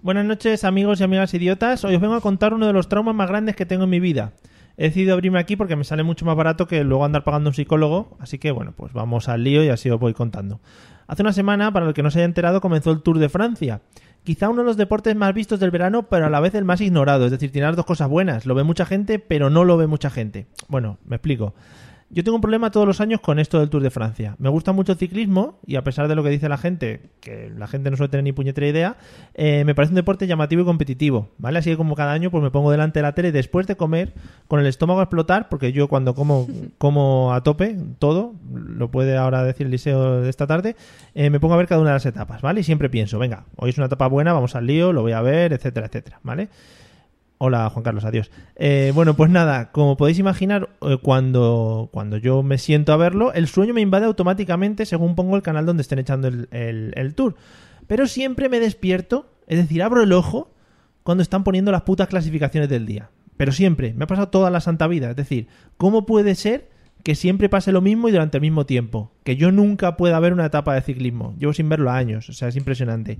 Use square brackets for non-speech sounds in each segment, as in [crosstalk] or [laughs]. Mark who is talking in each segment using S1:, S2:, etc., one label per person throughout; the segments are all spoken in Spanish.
S1: Buenas noches, amigos y amigas idiotas. Hoy os vengo a contar uno de los traumas más grandes que tengo en mi vida. He decidido abrirme aquí porque me sale mucho más barato que luego andar pagando un psicólogo, así que bueno, pues vamos al lío y así os voy contando. Hace una semana, para el que no se haya enterado, comenzó el Tour de Francia. Quizá uno de los deportes más vistos del verano, pero a la vez el más ignorado. Es decir, tiene las dos cosas buenas. Lo ve mucha gente, pero no lo ve mucha gente. Bueno, me explico. Yo tengo un problema todos los años con esto del Tour de Francia. Me gusta mucho el ciclismo y a pesar de lo que dice la gente, que la gente no suele tener ni puñetera idea, eh, me parece un deporte llamativo y competitivo, ¿vale? Así que como cada año pues me pongo delante de la tele después de comer, con el estómago a explotar, porque yo cuando como, como a tope todo, lo puede ahora decir Liceo de esta tarde, eh, me pongo a ver cada una de las etapas, ¿vale? Y siempre pienso, venga, hoy es una etapa buena, vamos al lío, lo voy a ver, etcétera, etcétera, ¿vale? Hola Juan Carlos, adiós. Eh, bueno, pues nada, como podéis imaginar, eh, cuando, cuando yo me siento a verlo, el sueño me invade automáticamente según pongo el canal donde estén echando el, el- el tour. Pero siempre me despierto, es decir, abro el ojo cuando están poniendo las putas clasificaciones del día. Pero siempre, me ha pasado toda la santa vida. Es decir, ¿cómo puede ser que siempre pase lo mismo y durante el mismo tiempo? Que yo nunca pueda ver una etapa de ciclismo. Llevo sin verlo años, o sea, es impresionante.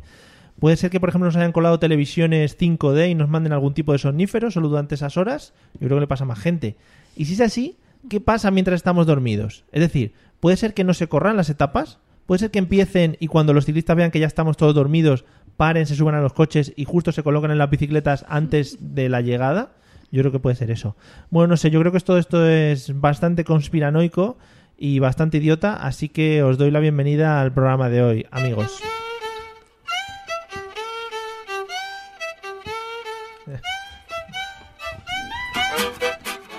S1: Puede ser que, por ejemplo, nos hayan colado televisiones 5D y nos manden algún tipo de somnífero solo durante esas horas. Yo creo que le pasa a más gente. Y si es así, ¿qué pasa mientras estamos dormidos? Es decir, puede ser que no se corran las etapas, puede ser que empiecen y cuando los ciclistas vean que ya estamos todos dormidos, paren, se suban a los coches y justo se colocan en las bicicletas antes de la llegada. Yo creo que puede ser eso. Bueno, no sé, yo creo que todo esto es bastante conspiranoico y bastante idiota, así que os doy la bienvenida al programa de hoy, amigos.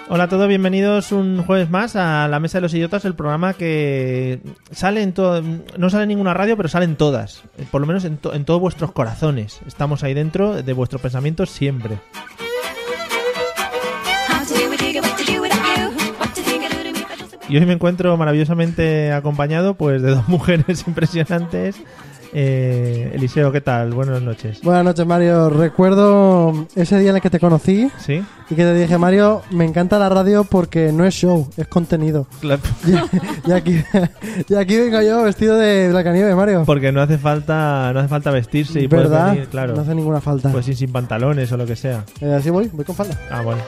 S1: Hola a todos, bienvenidos un jueves más a la Mesa de los Idiotas, el programa que sale en todo, no sale en ninguna radio, pero salen todas, eh, por lo menos en, to- en todos vuestros corazones. Estamos ahí dentro de vuestros pensamientos siempre. Y hoy me encuentro maravillosamente acompañado pues de dos [laughs] mujeres impresionantes. Eh, Eliseo, ¿qué tal? Buenas noches.
S2: Buenas noches, Mario. Recuerdo ese día en el que te conocí
S1: ¿Sí?
S2: y que te dije, Mario, me encanta la radio porque no es show, es contenido. [laughs] Y, y aquí, [laughs] y aquí vengo yo vestido de Blancanieves, Mario.
S1: Porque no hace falta, no hace falta vestirse y puedes
S2: ¿Verdad?
S1: venir, claro.
S2: No hace ninguna falta.
S1: Pues sí, sin pantalones o lo que sea.
S2: Eh, así voy, voy con falda.
S1: Ah, bueno.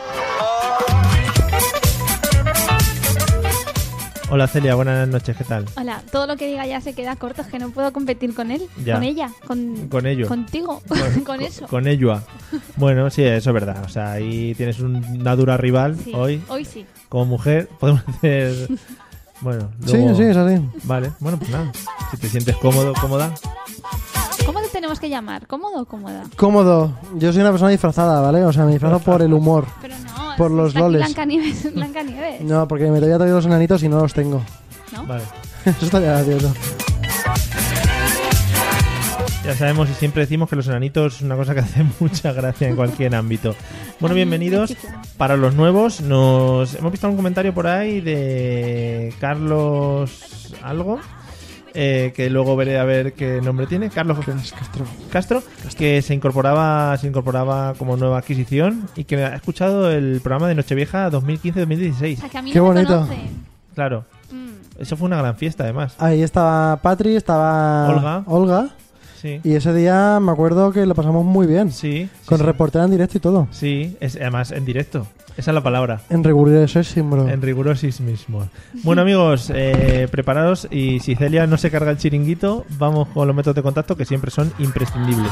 S1: Hola Celia, buenas noches, ¿qué tal?
S3: Hola, todo lo que diga ya se queda corto, es que no puedo competir con él,
S1: Ya.
S3: con ella, con,
S1: Con ello.
S3: contigo, [laughs] con, eso.
S1: Con Ellua. Bueno, sí, eso es verdad. O sea, ahí tienes un- una dura rival
S3: Sí,
S1: hoy.
S3: sí.
S1: Como mujer [laughs] podemos hacer... Bueno, luego-
S2: Sí, sí, es así.
S1: Vale, bueno, pues nada. Si te sientes cómodo, cómoda.
S3: ¿Cómo te tenemos que llamar? ¿Cómodo o cómoda?
S2: Cómodo. Yo soy una persona disfrazada, ¿vale? O sea, me disfrazo por el humor.
S3: Pero no,
S2: Por los loles.
S3: [laughs] Blancanieves, Blancanieves,
S2: No, porque me había traído los enanitos y no los tengo. [laughs]
S3: ¿no?
S1: Vale.
S2: Eso estaría gracioso.
S1: Ya sabemos y siempre decimos que los enanitos es una cosa que [laughs] hace mucha gracia en cualquier ámbito. Bueno,
S3: A mí me
S1: bienvenidos.
S3: chifla.
S1: Para los nuevos, nos hemos visto un comentario por ahí de Carlos algo, eh, que luego veré a ver qué nombre tiene. Carlos Castro, que se incorporaba, se incorporaba como nueva adquisición y que ha escuchado el programa de Nochevieja
S3: O
S1: 2015-2016.
S3: sea, que a mí
S2: Qué
S3: no me
S2: bonito.
S3: conocen.
S1: Claro,
S3: Mm,
S1: eso fue una gran fiesta además.
S2: Ahí estaba Patri, estaba
S1: Olga.
S2: Olga.
S1: Sí,
S2: Y ese día me acuerdo que lo pasamos muy bien.
S1: sí, sí,
S2: Con
S1: sí.
S2: reportera en directo y todo.
S1: Sí, es, además en directo. Esa es la palabra.
S2: En rigurosísimo. bro.
S1: En rigurosis mismo. Bueno, amigos, eh, preparados y si Celia no se carga el chiringuito, vamos con los métodos de contacto que siempre son imprescindibles.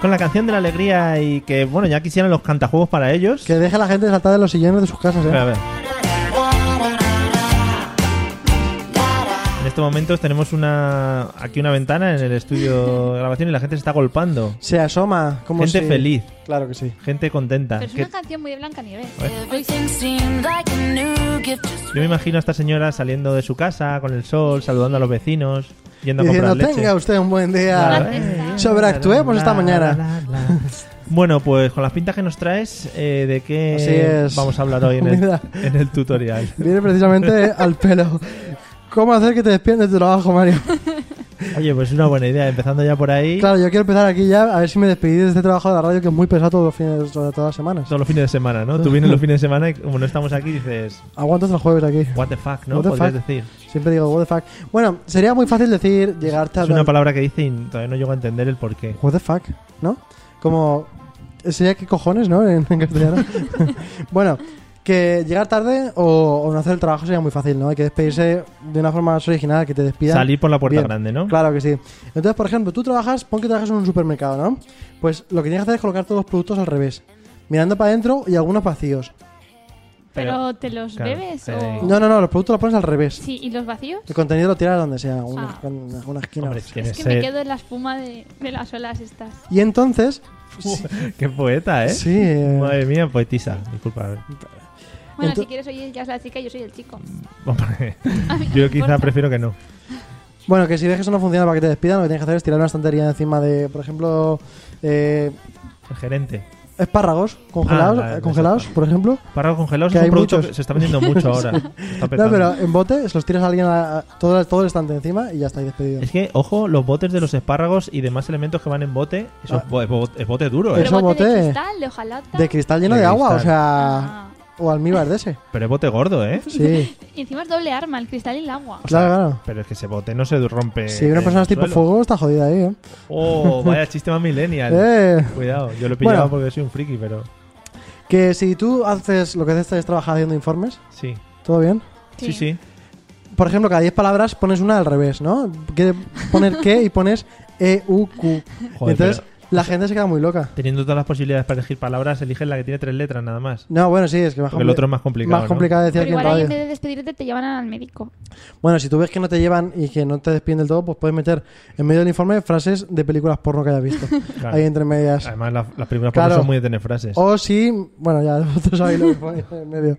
S1: con la canción de la alegría y que, bueno, ya quisieran los cantajuegos para ellos.
S2: Que deje a la gente saltar de los sillones de sus casas,
S1: Espera, a
S2: ¿eh?
S1: ver. En estos momentos tenemos una aquí una ventana en el estudio de grabación y la gente se está golpando.
S2: Se asoma como
S1: Gente
S2: si-
S1: feliz.
S2: Claro que sí.
S1: Gente contenta.
S3: Pero es
S1: Que-
S3: una canción muy de Blanca Nieves.
S4: Everything seemed like a new gift. Just
S1: Yo me imagino a esta señora saliendo de su casa con el sol, saludando a los vecinos, yendo a
S2: Diciendo,
S1: comprar leche.
S2: tenga usted un buen
S1: Claro,
S2: día.
S1: eh,
S2: Sobreactuemos esta mañana.
S1: [laughs] Bueno, pues con las pintas que nos traes, eh, ¿de qué
S2: Así es.
S1: vamos a hablar hoy en el,
S2: Mira.
S1: en el
S2: [laughs]
S1: tutorial?
S2: Viene
S1: [laughs]
S2: precisamente al pelo. ¿Cómo hacer que te despiertes de tu trabajo, Mario?
S1: Oye, pues es una buena idea, empezando ya por ahí,
S2: Claro, yo quiero empezar aquí ya, a ver si me despedís de este trabajo de la radio que es muy pesado todos los fines, todas las semanas.
S1: todos los fines de semana, ¿no? Tú vienes los fines de semana y como no estamos aquí dices,
S2: Aguanto hasta el jueves aquí.
S1: what the fuck, ¿no?
S2: What the
S1: Podrías
S2: fuck.
S1: decir.
S2: Siempre digo, what the fuck. Bueno, sería muy fácil decir, llegar
S1: Es
S2: tarde.
S1: una palabra que dice y todavía no llego a entender el porqué.
S2: What the fuck, ¿no? Como. Sería qué cojones, ¿no? En,
S1: [laughs]
S2: en castellano. bueno, que llegar tarde o, o no hacer el trabajo sería muy fácil, ¿no? Hay que despedirse de una forma más original, que te despidan.
S1: Salir por la puerta
S2: Bien,
S1: grande, ¿no?
S2: Claro que sí. Entonces, por ejemplo, tú trabajas, pon que trabajas en un supermercado, ¿no? Pues lo que tienes que hacer es colocar todos los productos al revés, mirando para adentro y algunos vacíos.
S1: Pero-
S3: Pero te los
S1: claro,
S3: bebes
S1: eh,
S3: o.
S2: No, no, no, los productos los pones al revés.
S3: Sí, y los vacíos.
S2: El contenido lo tiras donde sea, a una,
S3: Ah.
S2: en alguna esquina.
S1: Hombre,
S3: Es
S1: tienes
S3: que me
S1: sed.
S3: quedo en la espuma de, de las olas estas.
S2: Y entonces,
S1: [laughs] Qué poeta, ¿eh?
S2: sí, eh,
S1: Madre mía, poetisa. [laughs] Disculpa.
S3: Bueno,
S2: Ento-
S3: si quieres oír, ya es la chica y yo soy el chico.
S1: Hombre, [laughs] Yo quizá
S3: importa.
S1: prefiero que no.
S2: bueno, que si ves que eso no funciona para que te despidan, lo que tienes que hacer es tirar una estantería encima de, por ejemplo, eh,
S1: El gerente.
S2: espárragos congelados,
S1: Ah, la-
S2: eh, congelados, por ejemplo.
S1: Párragos congelados
S2: Que
S1: es un
S2: hay
S1: producto
S2: muchos.
S1: que se está vendiendo
S2: [laughs]
S1: mucho ahora. Se está
S2: No,
S1: petando.
S2: pero eh, en bote, se los tiras a alguien a- a- todo, todo el estante encima y ya estáis despedidos.
S1: Es que, ojo, los botes de los espárragos y demás elementos que van en bote, eso
S2: Ah.
S1: es bo- es, bo- es bote duro, ¿eh?
S2: Pero-
S3: Pero
S2: Eso
S3: bote
S2: boté.
S3: de cristal, de hojalata.
S2: De cristal lleno
S1: De
S2: de, agua, o
S1: cristal.
S2: sea,
S3: Ah.
S2: o almíbar de ese.
S1: Pero es bote gordo, ¿eh? [laughs]
S2: Sí,
S3: Y encima es doble arma, el cristal y el agua.
S2: claro, claro.
S1: Pero es que ese bote no se rompe.
S2: Si una
S1: en
S2: persona
S1: el
S2: es tipo
S1: eh, suelo.
S2: fuego, está jodida ahí, ¿eh? [laughs]
S1: Oh, vaya chiste más millennial.
S2: Eh,
S1: Cuidado, yo lo he pillado
S2: Bueno.
S1: porque soy un friki, pero
S2: Que si tú haces lo que haces es trabajar haciendo informes,
S1: sí.
S2: ¿todo bien?
S1: Sí, sí.
S2: Por ejemplo, cada 10 palabras pones una al revés, ¿no? Que poner qué y pones E E-U-Q.
S1: Joder,
S2: Entonces la gente se queda muy loca.
S1: Teniendo todas las posibilidades para elegir palabras, eliges la que tiene tres letras nada más.
S2: No, bueno, sí, es que más,
S1: Porque el
S2: compli-
S1: otro es más complicado.
S2: más
S1: ¿no?
S2: complicado decir
S3: Pero
S2: aquí en
S3: igual ahí en
S2: radio.
S3: vez de despedirte te llevan al médico.
S2: Bueno, si tú ves que no te llevan y que no te despiden del todo, pues puedes meter en medio del informe frases de películas porno que hayas visto.
S1: [laughs] Claro.
S2: Ahí entre medias.
S1: Además, la- las primeras
S2: Claro.
S1: palabras son muy de tener frases.
S2: O si, bueno, ya [laughs] vosotros sabéis lo que ponéis en medio.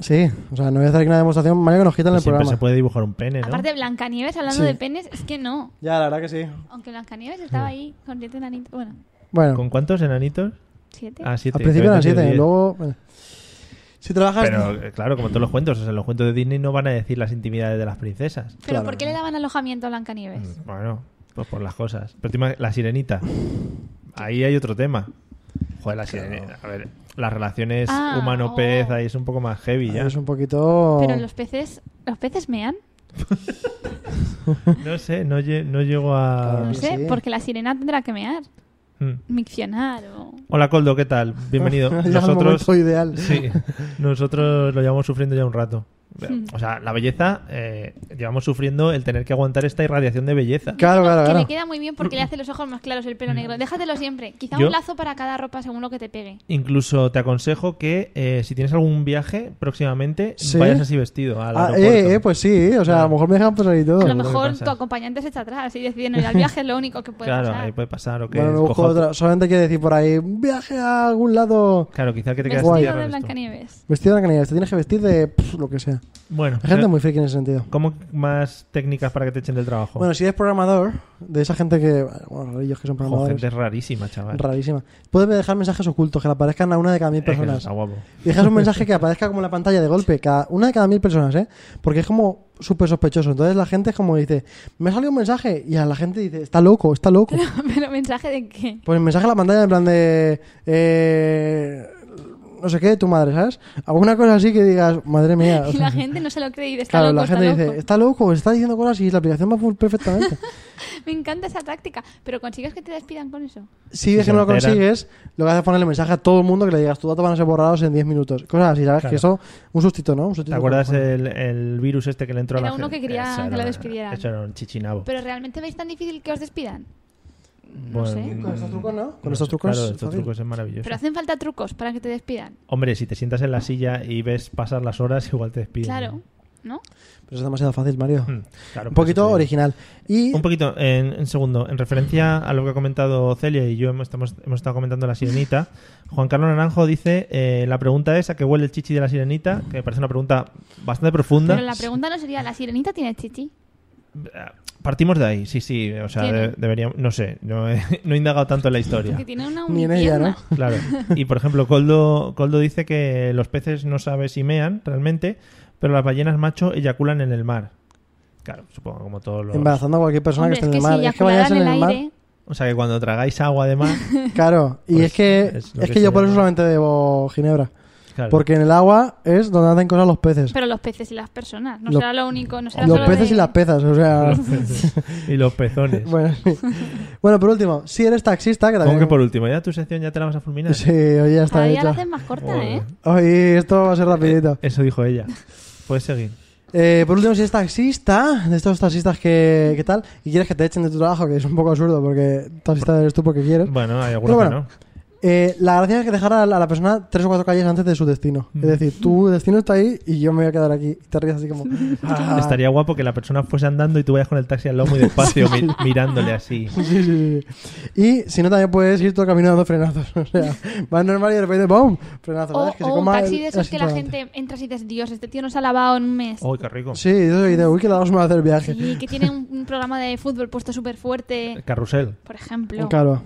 S2: Sí, o sea, no voy a hacer aquí una demostración, Mario, que nos quitan
S1: Pero
S2: el
S1: Pues siempre se
S2: programa.
S1: puede dibujar un pene, ¿no?
S3: Aparte, Blancanieves, hablando
S2: Sí.
S3: de penes, es que no.
S2: Ya, la verdad que sí.
S3: Aunque Blancanieves estaba ahí con siete enanitos. Bueno,
S2: Bueno,
S1: ¿Con cuántos enanitos?
S3: siete.
S1: Ah, siete.
S2: al principio
S1: Yo he
S2: eran
S1: entendido
S2: 7,
S1: diez.
S2: luego... bueno. Si trabajas...
S1: Pero eh, claro, como todos los cuentos, o sea, en los cuentos de Disney no van a decir las intimidades de las princesas.
S3: Pero
S2: claro.
S3: ¿por qué le daban alojamiento a Blancanieves?
S1: Mm, Bueno, pues por las cosas. Pero tú imag- la sirenita. Ahí hay otro tema. Joder, la sirenita. A ver, las relaciones
S3: Ah,
S1: humano-pez
S3: oh.
S1: ahí es un poco más heavy ya.
S2: Es un poquito...
S3: Pero los peces, ¿los peces mean?
S1: No sé, no, lle- no llego a.
S2: Ah,
S3: No
S2: sí.
S3: sé, porque la sirena tendrá que mear.
S1: Mm.
S3: Miccionar o...
S1: Hola, Coldo, ¿qué tal? Bienvenido.
S2: [laughs] [laughs] Ya es el
S1: Nosotros.
S2: momento ideal.
S1: Sí, nosotros lo llevamos sufriendo ya un rato.
S3: Hmm.
S1: O sea, la belleza, eh, llevamos sufriendo el tener que aguantar esta irradiación de belleza.
S2: Claro, claro,
S3: Que
S2: claro.
S3: le queda muy bien porque le hace los ojos más claros, el pelo negro. Déjatelo siempre. Quizá
S1: Mm. Yo-
S3: un lazo para cada ropa según lo que te pegue.
S1: Incluso te aconsejo que eh, si tienes algún viaje próximamente,
S2: ¿Sí?
S1: vayas así vestido al
S2: Ah,
S1: aeropuerto.
S2: eh, eh, pues sí, o sea, a lo mejor me dejan pasar y todo.
S3: A lo
S1: que
S3: mejor
S1: pasa.
S3: tu acompañante se echa atrás y decide no ir al viaje, es lo único que puede
S1: claro,
S3: pasar.
S1: ahí puede pasar. O que
S2: Bueno, me busco
S1: escoja otro-
S2: otra. Solamente quiero decir por ahí, un viaje a algún lado.
S1: Claro, quizá que te quedas
S3: Vestido
S2: guay.
S1: tierra
S3: de
S1: eres tú.
S3: Blancanieves. [laughs]
S2: Vestido de la canilla, te tienes que vestir de pff, lo que sea.
S1: Bueno, eh,
S2: Hay gente muy friki en ese sentido.
S1: ¿cómo más técnicas para que te echen del trabajo?
S2: Bueno, si eres programador, de esa gente que. Bueno, rarillos que son
S1: Jo,
S2: programadores.
S1: gente rarísima, chaval.
S2: rarísima. Puedes dejar mensajes ocultos que le aparezcan a una de cada mil
S1: Es que eso
S2: personas.
S1: está guapo.
S2: Y
S1: [laughs]
S2: Dejas un mensaje que aparezca como en la pantalla de golpe, cada, una de cada mil personas, ¿eh? Porque es como súper sospechoso. Entonces la gente es como dice, me ha salido un mensaje. Y a la gente dice, está loco, está
S3: [laughs]
S2: loco.
S3: Pero mensaje de qué?
S2: Pues mensaje a la pantalla en plan de. eh, no sé qué, de tu madre, ¿sabes? Alguna cosa así que digas, madre mía. o
S3: Y
S2: sea,
S3: [laughs] la gente no se lo cree y dice, está
S2: claro,
S3: loco,
S2: la
S3: está
S2: gente
S3: loco.
S2: dice, está loco, está diciendo cosas y la aplicación va
S1: [laughs]
S2: full perfectamente.
S3: Me encanta esa táctica. Pero consigues que te despidan con eso.
S2: si ves
S1: se
S2: que no lo
S1: enteran.
S2: consigues, lo que haces es ponerle mensaje a todo el mundo que le digas, tus datos van a ser borrados en 10 minutos. Cosas así, ¿sabes?
S1: Claro.
S2: Que eso, un sustito, ¿no? Un sustito
S1: ¿Te acuerdas
S2: como-
S1: el, el virus este que le entró a la
S3: Era uno
S1: gente?
S3: que quería
S1: Eso
S3: que
S1: era
S3: lo
S1: una-
S3: despidieran.
S1: Eso era un chichinabo.
S3: Pero realmente veis tan difícil que os despidan.
S1: No
S3: sé.
S2: Con estos trucos, ¿no? Con estos trucos,
S1: Mm. Claro, estos
S2: fácil.
S1: trucos es maravilloso.
S3: Pero hacen falta trucos para que te despidan.
S1: Hombre, si te sientas en la silla y ves pasar las horas, igual te despiden.
S3: Claro, ¿no?
S2: Pero es demasiado fácil, Mario.
S1: Mm, claro,
S2: Un
S1: por eso
S2: poquito
S1: te digo.
S2: original. Y
S1: Un poquito, en, en segundo, en referencia a lo que ha comentado Celia y yo hemos, estamos- hemos estado comentando la sirenita, Juan Carlos Naranjo dice, eh, la pregunta es a qué huele el chichi de la sirenita, que me parece una pregunta bastante profunda.
S3: Pero la pregunta no sería, ¿la sirenita tiene chichi?
S1: Partimos de ahí, sí, sí, o sea,
S3: Tiene.
S1: de- deberíamos, no sé, no he, [laughs] no he indagado tanto en la historia.
S3: Porque tiene una
S2: ni en ella,
S3: unipierna.
S2: ¿no?
S1: Claro. Y por ejemplo, Coldo, Coldo dice que los peces no sabe si mean realmente, pero las ballenas macho eyaculan en el mar. Claro, supongo como todos los...
S2: Embarazando a cualquier persona
S3: Hombre,
S2: que
S3: es
S2: esté
S3: que
S2: en el mar.
S3: si
S2: es que vayas en
S3: eyacularan en
S2: el
S3: el
S2: mar.
S3: aire...
S1: O sea que cuando tragáis agua de mar...
S2: Claro. Y
S1: Pues
S2: es que,
S1: es
S2: es,
S1: lo que
S2: que yo
S1: se
S2: por eso
S1: llama.
S2: solamente bebo Ginebra.
S1: claro.
S2: Porque en el agua es donde hacen cosas los peces.
S3: Pero los peces y las personas, no
S2: Los-
S3: será lo único, no será
S2: Los
S3: solo
S2: peces
S3: de-
S2: y las pezas, o [laughs] sea.
S1: [laughs] y los pezones.
S2: bueno, sí. bueno, por último, si eres taxista, que
S1: ¿Cómo
S2: también.
S1: que por último? ¿Ya tu sección ya te la vas a fulminar?
S2: Sí, hoy ya está
S3: Cada día la
S2: hecho.
S3: hacen más corta,
S1: Joder.
S3: ¿eh?
S2: Hoy esto va a ser rapidito.
S1: Eso dijo ella. Puedes seguir.
S2: Eh, por último, si eres taxista, de estos taxistas que, que tal, y quieres que te echen de tu trabajo, que es un poco absurdo porque taxista eres tú porque quieres,
S1: Bueno, hay algunos
S2: ¿Eh? Pero bueno. eh, la gracia es que dejar a la, a la persona tres o cuatro calles antes de su destino.
S1: Mm.
S2: Es decir, tu destino está ahí y yo me voy a quedar aquí. Y te ríes así como...
S1: que
S2: "Ah".
S1: no. Estaría guapo que la persona fuese andando y tú vayas con el taxi al lado muy despacio mi- mirándole así.
S2: Sí, sí, sí, sí. Y si no, también puedes ir todo el camino dando frenazos. [laughs] O sea, vas normal y de repente ¡boom! Frenazo.
S3: O,
S2: ¿sabes? Que
S3: o
S2: se
S3: un
S2: coma
S3: taxi
S2: el-
S3: de
S2: el
S3: esos que la
S2: asiento de
S3: gente entra y dices, Dios, este tío nos ha lavado en un mes.
S1: ¡Uy, Oh, qué rico!
S2: adelante. Sí, eso y de uy, que la vamos a hacer el viaje.
S3: Sí, que tiene un, un programa de fútbol puesto súper fuerte,
S1: Carrusel.
S3: por ejemplo.
S2: Claro.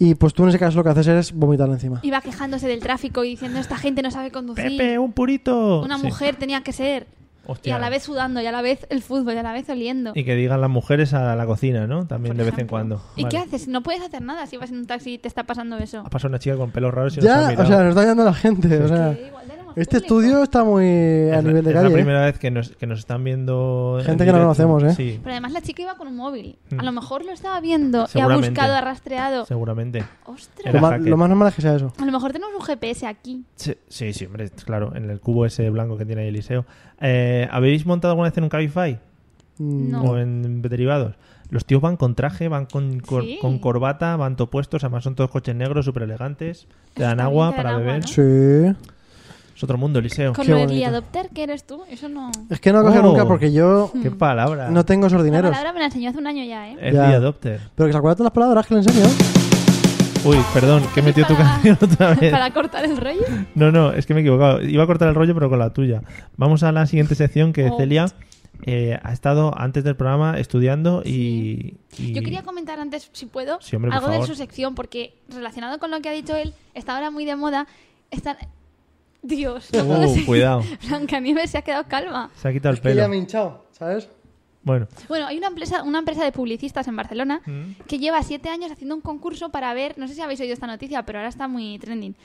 S2: Y pues tú en ese caso lo que haces es vomitar encima.
S3: Iba quejándose del tráfico y diciendo, esta gente no sabe conducir.
S1: ¡Pepe, un purito!
S3: Una
S1: Sí.
S3: mujer tenía que ser.
S1: Hostia.
S3: Y a la vez sudando, y a la vez el fútbol, y a la vez oliendo.
S1: Y que digan las mujeres a la cocina, ¿no? También
S3: por
S1: de vez en
S3: ejemplo.
S1: cuando.
S3: ¿Y
S1: Vale.
S3: qué haces? No puedes hacer nada si vas en un taxi y te está pasando eso.
S1: Ha pasado una chica con pelos raros y nos ha
S2: ya,
S1: mirado.
S2: o sea, nos está ayudando la gente. O sea,
S3: Que igual tenemos
S2: este
S3: público.
S2: estudio está muy a
S1: es la,
S2: nivel de
S1: es la
S2: calle. ¿eh?
S1: primera vez que nos, que nos están viendo. en
S2: Gente que no
S1: directo.
S2: conocemos, ¿eh?
S1: Sí,
S3: Pero además la chica iba con un móvil.
S1: Mm.
S3: A lo mejor lo estaba viendo y ha
S1: Seguramente.
S3: buscado, ha rastreado.
S1: seguramente.
S3: ¡Ostras!
S2: Lo,
S1: Era eh.
S2: ma-
S1: hacker.
S2: lo más normal es que sea eso.
S3: A lo mejor tenemos un GPS aquí.
S1: Sí, sí, sí, hombre, claro, en el cubo ese blanco que tiene ahí Eliseo. Eh, ¿Habéis montado alguna vez en un Cabify?
S2: Mm,
S3: No.
S1: ¿O en derivados? Los tíos van con traje, van con, cor-
S3: Sí.
S1: con corbata, van topuestos, además son todos coches negros, súper elegantes. Te
S3: Eso
S1: dan
S3: también
S1: agua
S3: te dan
S1: para
S3: agua,
S1: beber.
S3: ¿no?
S2: Sí.
S1: Es otro mundo, Eliseo.
S3: Con
S2: Qué
S3: lo del
S2: bonito.
S3: adopter que eres tú, eso no...
S2: Es que no coge
S1: Oh.
S2: nunca porque yo
S1: ¡Qué
S3: mm.
S1: palabra!
S2: no tengo esos
S3: Hmm. La
S2: dineros.
S3: palabra me la enseñó hace un año ya, ¿eh?
S1: El
S2: Ya.
S1: The Adopter.
S2: Pero que se acuerdan de las palabras que le enseño.
S1: Uy, perdón, que he metido tu
S3: Para-
S1: canción
S3: [laughs]
S1: otra vez.
S3: Para cortar el rollo.
S1: No, no, es que me he equivocado. Iba a cortar el rollo, pero con la tuya. Vamos a la siguiente sección que
S3: Oh.
S1: Celia eh, ha estado antes del programa estudiando y. y-
S3: Yo quería comentar antes, si puedo,
S1: Sí, hombre, por
S3: algo de
S1: favor.
S3: su sección, porque relacionado con lo que ha dicho él, está ahora muy de moda. Está...
S1: [laughs]
S3: Dios, no puedo
S1: Oh,
S3: [laughs] seguir.
S1: cuidado.
S3: Blancanieves se ha quedado calma.
S1: Se ha quitado el
S2: Que
S1: pelo.
S2: ya me he hinchado, ¿sabes?
S1: Bueno,
S3: Bueno, hay una empresa, una empresa de publicistas en Barcelona
S1: Mm.
S3: que lleva siete años haciendo un concurso para ver, no sé si habéis oído esta noticia, pero ahora está muy trending,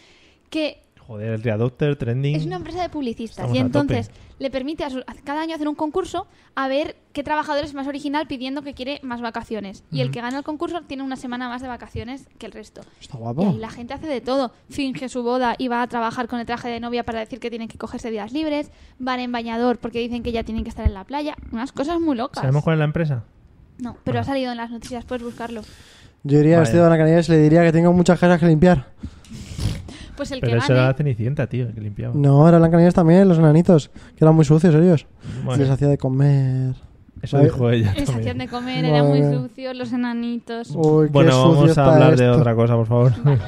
S3: que
S1: joder, el readopter, trending.
S3: es una empresa de publicistas
S1: Estamos
S3: y
S1: a
S3: entonces
S1: tope.
S3: le permite a su- a cada año hacer un concurso a ver qué trabajador es más original pidiendo que quiere más vacaciones.
S1: Mm.
S3: Y el que gana el concurso tiene una semana más de vacaciones que el resto.
S2: Está
S3: Y
S2: guapo.
S3: ahí la gente hace de todo. Finge su boda y va a trabajar con el traje de novia para decir que tienen que cogerse días libres. Van en bañador porque dicen que ya tienen que estar en la playa. Unas cosas muy locas.
S1: ¿Sabemos cuál es la empresa?
S3: No, pero ha salido en las noticias, puedes buscarlo.
S2: Yo iría
S1: Vale.
S2: vestido de Blancanieves y le diría que tengo muchas casas que limpiar.
S3: Pues el
S1: Pero
S3: que
S1: eso
S3: gane...
S1: era la cenicienta, tío, el que limpiaba.
S2: No, era Blancanieves también, los enanitos, que eran muy sucios ellos.
S1: Bueno.
S2: Les hacía de comer.
S1: Eso
S2: Vale.
S1: dijo ella
S3: Les hacían
S1: también.
S3: de comer, eran muy
S2: Madre.
S3: sucios, los enanitos.
S2: Uy, qué
S1: Bueno,
S2: sucio
S1: vamos
S2: está
S1: a hablar de
S2: esto.
S1: otra cosa, por favor.
S3: [laughs]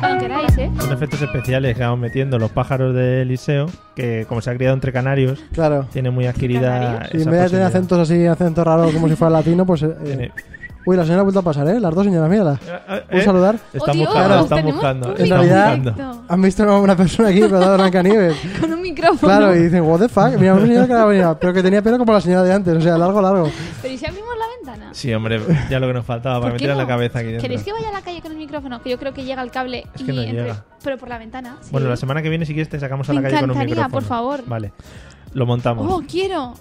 S3: Cuando queráis, ¿eh?
S1: Son efectos especiales que vamos metiendo los pájaros de Eliseo, que como se ha criado entre canarios,
S2: Claro.
S1: tiene muy adquirida.
S3: ¿Canarios?
S2: Si
S1: esa
S2: en vez de tener
S1: posibilidad.
S2: acentos así, acentos raros como si fuera latino, pues. eh,
S1: Tiene-
S2: Uy, la señora ha vuelto a pasar, ¿eh? Las dos señoras, mírala.
S1: Eh,
S2: ¿Puedo
S1: eh,
S2: saludar?
S1: Están
S3: ¡Oh, Dios!
S1: buscando, están
S3: Tenemos
S1: buscando.
S3: un
S2: En
S1: están
S2: realidad-
S1: buscando.
S3: directo.
S2: Han visto a una persona aquí, pero de Blancanieves.
S3: Con un micrófono.
S2: Claro, y dicen, what the fuck. Mira, una señora que la venía, pero que tenía pelo como la señora de antes, o sea, largo, largo.
S3: Pero ¿y si abrimos la ventana?
S1: Sí, hombre, ya lo que nos faltaba para
S3: ¿Por qué
S1: meter en la
S3: no?
S1: cabeza aquí dentro.
S3: ¿Queréis que vaya a la calle con el micrófono? Que yo creo que llega el cable
S1: Es
S3: y
S1: que no
S3: entre-
S1: llega.
S3: Pero por la ventana. sí.
S1: Bueno, la semana que viene, si quieres, te sacamos a la
S3: Me
S1: calle con un
S3: encantaría,
S1: micrófono.
S3: por favor.
S1: Vale, lo montamos.
S3: ¡Oh, quiero!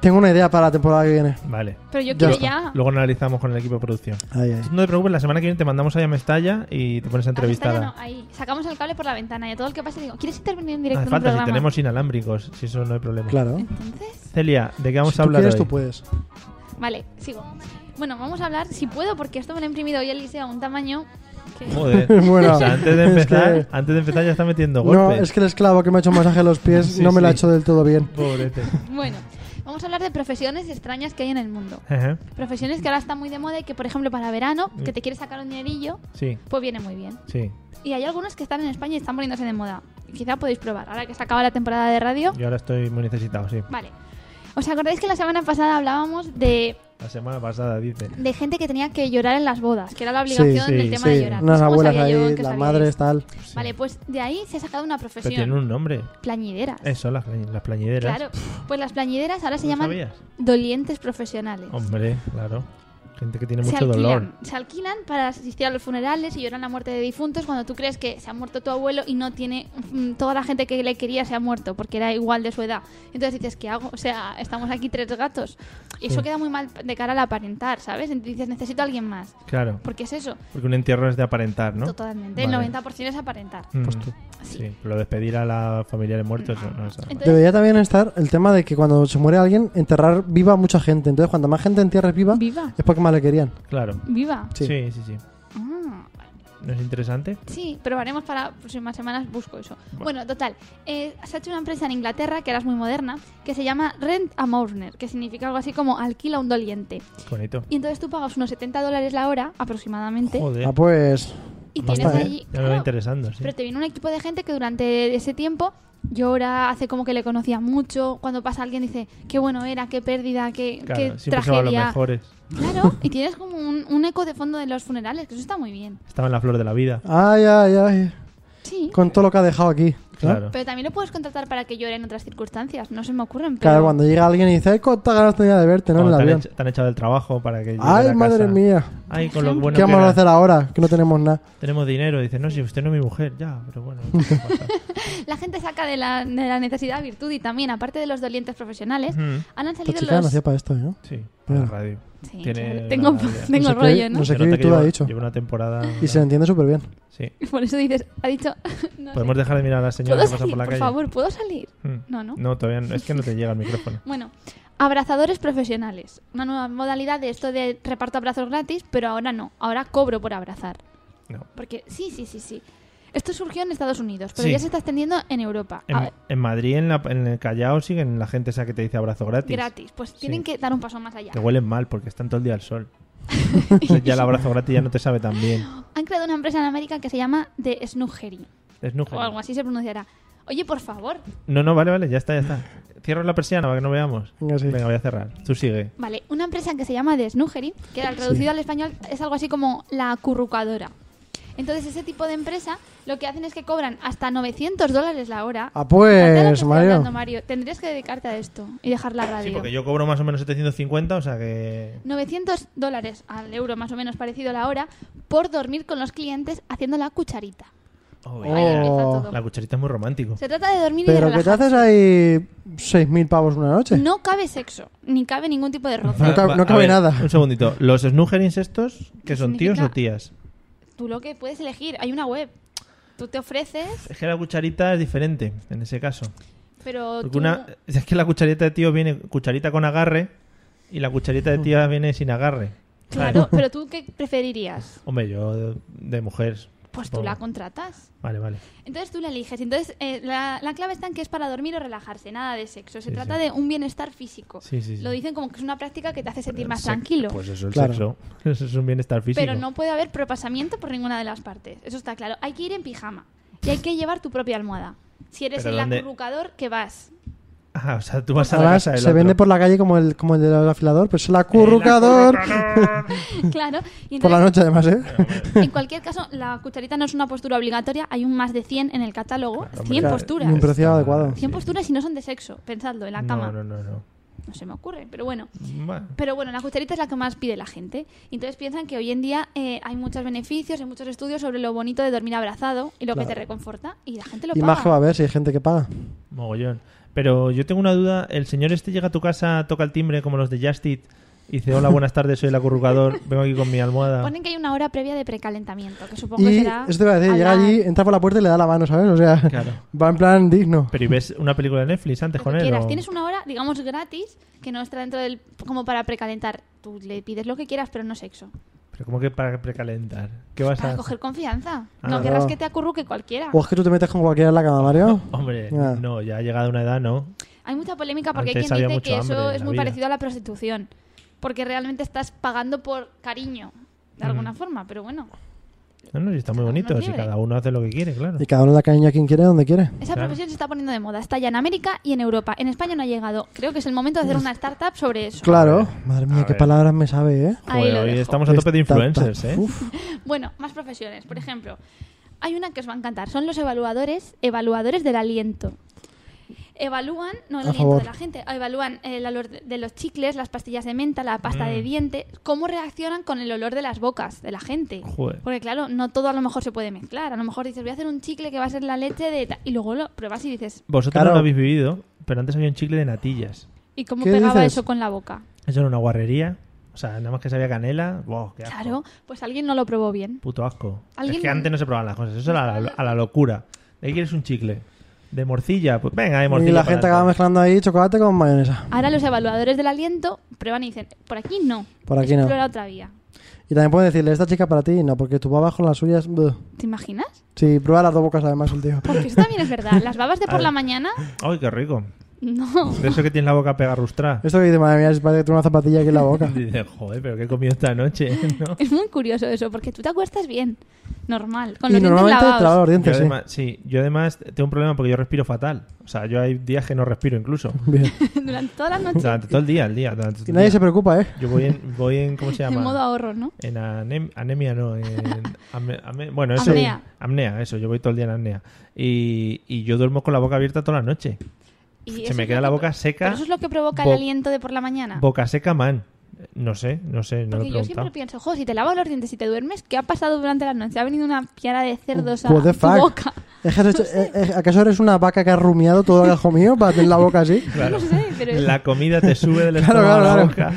S2: Tengo una idea para la temporada que viene.
S1: Vale.
S3: Pero yo
S2: Ya
S3: quiero
S2: está.
S3: ya.
S1: Luego analizamos con el equipo de producción.
S2: Ay, ay.
S1: No te preocupes, la semana que viene te mandamos ahí a Mestalla y te pones a
S3: Ah, no, está
S1: entrevistar.
S3: ya
S1: a-
S3: no, ahí. Sacamos el cable por la ventana y a todo el que pase digo, ¿quieres intervenir en
S1: No
S3: directo
S1: hace
S3: en un
S1: falta, si
S3: programa?
S1: tenemos inalámbricos, si eso no hay problema.
S2: Claro.
S3: Entonces,
S1: Celia, ¿de qué vamos
S2: si
S1: a
S2: tú
S1: hablar
S2: quieres,
S1: hoy?
S2: tú puedes.
S3: vale, sigo. Bueno, vamos a hablar, si puedo, porque esto me lo ha imprimido hoy Eliseo a un tamaño que...
S1: Joder.
S2: [laughs] Bueno,
S1: O sea, antes de
S2: es
S1: empezar,
S2: que-
S1: antes de empezar ya está metiendo
S2: No,
S1: golpes.
S2: es que el esclavo que me ha hecho masaje en los pies
S1: Sí,
S2: no me lo ha
S1: sí.
S2: hecho del todo bien. [laughs]
S1: Pobrete.
S3: Bueno, vamos a hablar de profesiones extrañas que hay en el mundo.
S1: Ajá,
S3: Profesiones que ahora están muy de moda y que, por ejemplo, para verano,
S1: Mm.
S3: que te quieres sacar un dinerillo,
S1: sí,
S3: pues viene muy bien.
S1: sí.
S3: Y hay algunos que están en España y están poniéndose de moda. Quizá podéis probar, ahora que se acaba la temporada de radio.
S1: Yo ahora estoy muy necesitado, sí.
S3: Vale. ¿Os acordáis que la semana pasada hablábamos de,
S1: La semana pasada, dice.
S3: de gente que tenía que llorar en las bodas? Que era la obligación
S1: sí,
S3: del tema de
S2: Sí, unas
S3: llorar. No sé cómo
S2: abuelas
S3: sabía yo
S2: ahí,
S3: que
S2: las
S3: sabíais.
S2: madres, tal.
S1: Sí.
S3: Vale, pues de ahí se ha sacado una
S1: Pero
S3: profesión.
S1: tiene un nombre.
S3: Plañideras.
S1: Eso, las, plañ- las plañideras.
S3: Claro. Pues las plañideras ahora se
S1: ¿No
S3: llaman
S1: sabías?
S3: dolientes profesionales.
S1: Hombre, claro. Gente que tiene
S3: se
S1: mucho
S3: alquilan,
S1: dolor.
S3: se alquilan para asistir a los funerales y lloran la muerte de difuntos cuando tú crees que se ha muerto tu abuelo y no tiene mm, toda la gente que le quería se ha muerto porque era igual de su edad. Entonces dices, ¿qué hago? O sea, estamos aquí tres gatos. Eso queda muy mal de cara al aparentar, ¿sabes? Entonces dices, necesito a alguien más.
S1: Claro.
S3: Porque es eso,
S1: Porque un entierro es de aparentar, ¿no?
S3: totalmente.
S1: Vale.
S3: El 90% es aparentar.
S1: Mm,
S2: Pues tú.
S3: Sí.
S1: Sí, pero despedir a los familiares muertos, eso no, eso no.
S3: Entonces-
S2: Debería también estar el tema de que cuando se muere alguien, enterrar viva a mucha gente. Entonces, cuanta más gente entierres viva,
S3: Viva,
S2: es porque más le querían.
S1: Claro.
S3: viva.
S2: Sí.
S1: Sí, sí, sí.
S3: Ah, vale.
S1: ¿No es interesante?
S3: Sí, probaremos para próximas semanas, busco eso. Bueno, total, eh, se ha hecho una empresa en Inglaterra, que ahora es muy moderna, que se llama Rent a Mourner, que significa algo así como alquila un doliente.
S1: Bonito.
S3: Y entonces tú pagas unos 70 dólares la hora aproximadamente
S1: Joder.
S2: Ah, pues.
S3: y
S1: Basta,
S3: tienes
S2: pasta, ¿eh?
S3: allí...
S1: Ya me va
S3: claro,
S1: interesando, sí.
S3: pero te viene un equipo de gente que durante ese tiempo llora, hace como que le conocía mucho, cuando pasa alguien dice, qué bueno era, qué pérdida, qué,
S1: Claro,
S3: qué
S1: siempre se va a los
S3: tragedia.
S1: mejores.
S3: Claro, y tienes como un, un eco de fondo de los funerales, que eso está muy bien.
S1: Estaba en la flor de la vida.
S2: Ay, ay, ay.
S3: Sí.
S2: Con todo lo que ha dejado aquí. ¿no?
S1: Claro.
S3: Pero también lo puedes contratar para que llore en otras circunstancias. No se me ocurren, pero...
S2: Claro, cuando llega alguien y dice, ay, cuántas ganas tenía de verte, ¿no? En
S1: Cuando
S2: el
S1: te, han
S2: avión.
S1: hecho- te han echado del trabajo para que llegue a
S2: Ay,
S1: la
S2: madre
S1: casa.
S2: mía.
S1: Ay, con lo
S3: Por
S1: bueno
S2: ¿Qué
S1: que
S2: vamos a
S1: era.
S2: hacer ahora? Que no tenemos nada.
S1: Tenemos dinero. Dicen, no, si usted no es mi mujer. Ya, pero bueno. no
S2: [laughs]
S1: pasa.
S3: La gente saca de la, de la necesidad virtud y también, aparte de los dolientes profesionales,
S1: Mm,
S3: han
S2: Esta
S3: salido
S2: chica
S3: los...
S2: nacía para esto, ¿eh? ¿no?
S1: sí,
S2: Mira.
S1: la radio.
S3: Sí,
S1: Tiene
S3: claro.
S1: una
S3: tengo
S1: labia.
S3: [laughs] tengo
S2: No sé
S3: rollo,
S2: qué-
S3: ¿no?
S2: no sé
S1: Se nota que
S2: qué virtud ha
S1: lleva-
S2: dicho.
S1: Lleva una temporada.
S2: [laughs] Y se le entiende súper bien.
S1: Sí.
S3: Por eso dices, ha dicho... no sé.
S1: Podemos dejar de mirar a las
S3: ¿Puedo
S1: señoras que pasan
S3: salir?
S1: por la
S3: Por,
S1: calle.
S3: favor, ¿puedo salir?
S1: Mm.
S3: No, no.
S1: No, todavía no. Es que no te
S3: [laughs]
S1: llega el micrófono.
S3: Bueno, abrazadores profesionales. Una nueva modalidad de esto de reparto abrazos gratis, pero ahora no. Ahora cobro por abrazar.
S1: No.
S3: Porque sí, sí, sí, sí. Esto surgió en Estados Unidos, pero
S1: Sí.
S3: ya se está extendiendo en Europa. Ah, A
S1: En,
S3: ver,
S1: en Madrid, en, la- en el Callao, siguen la gente esa que te dice abrazo gratis.
S3: gratis. Pues tienen que dar un paso más allá.
S1: Que huelen mal porque están todo el día al
S3: [laughs]
S1: sol. Entonces ya el abrazo gratis ya no te sabe tan bien.
S3: Han creado una empresa en América que se llama The Snuggery.
S1: Es nujer.
S3: O algo así se pronunciará. Oye, por favor.
S1: No, no, vale, vale, ya está, ya está. Cierro la persiana para que no veamos.
S2: Venga, sí.
S1: voy a cerrar. Tú sigue.
S3: Vale, una empresa que se llama The Snuggery, que al traducido al español es algo así como la acurrucadora. Entonces, ese tipo de empresa lo que hacen es que cobran hasta 900 dólares la hora.
S2: Ah, pues,
S3: Fíjate lo que estoy
S2: Mario.
S3: hablando, Mario. Tendrías que dedicarte a esto y dejar la radio.
S1: Sí, porque yo cobro más o menos 750, o sea que.
S3: 900 dólares al euro, más o menos parecido a la hora, por dormir con los clientes haciendo la cucharita.
S1: Oh,
S3: Ahí
S1: ya.
S3: empieza
S2: Oh.
S3: todo.
S1: La cucharita es muy romántico.
S3: Se trata de dormir y de
S2: Pero ¿qué te
S3: relajar.
S2: haces ahí 6.000 pavos una noche?
S3: No cabe sexo, ni cabe ningún tipo de roce.
S2: No ca-
S1: Va,
S2: no
S1: a
S2: cabe
S1: ver,
S2: nada.
S1: Un segundito. ¿Los snuggerings estos, que son tíos
S3: significa?
S1: o tías?
S3: Tú lo que puedes elegir, hay una web. Tú te ofreces,
S1: Es que la cucharita es diferente en ese caso.
S3: pero
S1: Porque
S3: tú-
S1: una, es que la cucharita de tío viene cucharita con agarre y la cucharita de tía viene sin agarre.
S3: Claro, pero tú qué preferirías?
S1: Hombre, yo de, de mujer.
S3: Pues tú
S1: supongo.
S3: la contratas.
S1: Vale, vale.
S3: Entonces tú la eliges. Entonces eh, la, la clave está en que es para dormir o relajarse, nada de sexo. Se
S1: Sí,
S3: trata
S1: sí.
S3: de un bienestar físico.
S1: Sí, sí, sí.
S3: Lo dicen como que es una práctica que te hace sentir más
S1: Sec-
S3: tranquilo.
S1: Pues eso, el
S2: Claro.
S1: sexo. [laughs] Eso es un bienestar físico.
S3: Pero no puede haber propasamiento por ninguna de las partes. Eso está claro. Hay que ir en pijama. Y hay que llevar tu propia almohada. Si eres
S1: Pero
S3: el
S1: ¿dónde?
S3: acurrucador,
S1: [laughs]
S3: que vas.
S1: Ah, o sea, tú vas a la
S2: Además,
S1: casa del
S2: se
S1: otro.
S2: vende por la calle como el, como el del afilador, pero es el
S3: [laughs]
S2: acurrucador.
S3: claro. Y
S2: Por la
S3: entonces,
S2: noche, además, ¿eh?
S3: en cualquier caso, la cucharita no es una postura obligatoria. Hay un más de 100 en el catálogo. 100
S2: Claro,
S3: posturas.
S2: Un precio
S1: Está-
S2: adecuado.
S3: 100 posturas y no son de sexo. Pensadlo, en la cama.
S1: Ah, No, no, no, no.
S3: no se me ocurre, pero bueno.
S1: Bueno,
S3: Pero bueno, la cucharita es la que más pide la gente. Y Entonces piensan que hoy en día eh, hay muchos beneficios, hay muchos estudios sobre lo bonito de dormir abrazado y lo que te reconforta. Y la gente lo
S2: Y
S3: paga.
S2: más que va a haber si hay gente que paga.
S1: mogollón. Pero yo tengo una duda. ¿El señor este llega a tu casa, toca el timbre como los de Justit y dice, hola, buenas tardes, soy el acurrucador, vengo aquí con mi almohada?
S3: Ponen que hay una hora previa de precalentamiento, que supongo que
S2: Y
S3: será.
S2: eso te iba a decir,
S3: al
S2: llega
S3: dar-
S2: allí, entra por la puerta y le da la mano, ¿sabes? O sea,
S1: Claro.
S2: va en plan digno.
S1: Pero ¿y ves una película de Netflix antes
S3: Lo que
S1: con él?
S3: quieras.
S1: o-
S3: Tienes una hora, digamos, gratis, que no está dentro del. como para precalentar. Tú le pides lo que quieras, pero no sexo.
S1: Pero ¿cómo que para precalentar? ¿Qué vas
S3: Para
S1: a...?
S3: coger confianza.
S1: Ah,
S3: no
S1: no.
S3: querrás que te acurruque cualquiera.
S2: O es que tú te metes con cualquiera en la cama, Mario.
S1: Hombre,
S2: Ah.
S1: no, ya ha llegado una edad, ¿no?
S3: Hay mucha polémica porque
S1: Antes
S3: hay
S1: había
S3: quien
S1: mucho
S3: dice que
S1: hambre
S3: eso
S1: en
S3: es
S1: la
S3: muy
S1: vida.
S3: parecido a la prostitución. Porque realmente estás pagando por cariño, de alguna forma, pero bueno.
S1: No, no, y está muy
S3: Cada uno
S1: bonito,
S3: es
S1: si
S3: libre.
S1: cada uno hace lo que quiere, claro.
S2: Y cada uno da cariño a quien quiere, donde quiere.
S3: Esa
S1: Claro.
S3: profesión se está poniendo de moda. Está ya en América y en Europa. En España no ha llegado. Creo que es el momento de hacer una startup sobre eso.
S2: Claro.
S1: ver,
S2: Madre mía,
S1: a
S2: qué
S1: ver.
S2: palabras me sabe, ¿eh?
S3: Ahí
S1: Joder,
S3: lo
S1: hoy
S3: dejo.
S1: estamos a tope de
S2: Esta-
S1: influencers, ¿eh?
S2: Uf.
S3: Bueno, más profesiones. Por ejemplo, hay una que os va a encantar. Son los evaluadores, evaluadores del aliento. Evalúan, no el
S2: A
S3: aliento
S2: favor.
S3: de la gente, evalúan el olor de- de los chicles, las pastillas de menta, la pasta
S2: Mm.
S3: de diente, cómo reaccionan con el olor de las bocas de la gente.
S1: Joder.
S3: Porque claro, no todo a lo mejor se puede mezclar. A lo mejor dices, voy a hacer un chicle que va a ser la leche de... ta-", Y luego lo pruebas y dices,
S1: Vosotros
S2: Claro.
S1: no lo habéis vivido, pero antes había un chicle de natillas.
S3: ¿y cómo
S2: ¿Qué
S3: pegaba
S2: dices?
S3: eso con la boca?
S1: Eso era una guarrería. O sea, nada más que sabía canela. Wow, qué asco.
S3: Claro, pues alguien no lo probó bien.
S1: Puto asco.
S3: ¿Alguien
S1: Es que
S3: no-
S1: antes no se probaban las cosas. Eso era a la, a la locura. ¿De qué quieres un chicle? ¿De morcilla? Pues venga, de morcilla.
S2: Y la
S1: para
S2: gente
S1: adentro.
S2: acaba mezclando ahí chocolate con mayonesa.
S3: Ahora los evaluadores del aliento prueban y dicen, por aquí no.
S2: Por aquí no.
S3: Explora otra vía.
S2: Y también pueden decirle, esta chica para ti, no, porque tu babas con las suyas. buh.
S3: ¿Te imaginas?
S2: Sí, prueba las dos bocas además el tío.
S3: Porque eso también es verdad. Las babas de por la mañana,
S1: ¡Ay, qué rico! [laughs]
S3: no.
S1: De eso que tienes la boca pegarrustra. [laughs]
S2: Esto que dice, madre mía, es parece que tengo una zapatilla aquí en la boca.
S1: Dices, joder, pero qué he comido esta noche,
S2: [laughs]
S1: ¿no?
S3: Es muy curioso eso, porque tú te acuestas bien, normal, [laughs] con
S2: y
S3: los dientes
S2: normalmente
S3: lavados. [laughs]
S2: traba los
S1: [laughs] Yo
S2: dientes, sí.
S1: además, sí, yo además tengo un problema porque yo respiro fatal. O sea, yo hay días que no respiro
S2: [laughs]
S1: incluso.
S2: [laughs] Bien.
S3: Durante toda la noche,
S1: Durante todo el día, el día. durante todo
S2: Y
S1: el
S2: nadie
S1: día.
S2: se preocupa, ¿eh?
S1: Yo voy en, voy en, ¿cómo se llama?
S3: [laughs] en modo ahorro, ¿no?
S1: En anem- anemia no, en ame- ame- bueno, eso,
S3: Apnea.
S1: Apnea, eso, yo voy todo el día en apnea. Y, y yo duermo con la boca abierta toda la noche.
S3: Y
S1: Se
S3: eso
S1: me
S3: es
S1: queda
S3: lo
S1: la
S3: que-
S1: boca seca.
S3: Pero eso es lo que provoca
S1: Bo-
S3: el aliento de por la mañana.
S1: Boca seca, man. No sé, no sé, no lo
S3: Ah. porque
S1: he
S3: yo siempre
S1: preguntado.
S3: pienso, jo, si te lavas los dientes y te duermes, ¿qué ha pasado durante la noche? Ha venido una piara de cerdos a
S2: What the
S3: tu
S2: fuck?
S3: boca. [laughs]
S2: [laughs] ¿Es que has hecho- eh, eh, ¿Acaso eres una vaca que ha rumiado todo el ajo mío para tener la boca
S3: [laughs]
S2: así?
S1: Claro.
S3: No sé, pero
S1: La comida te sube
S2: [laughs]
S1: del
S2: Claro,
S1: estómago a la
S2: claro,
S1: boca.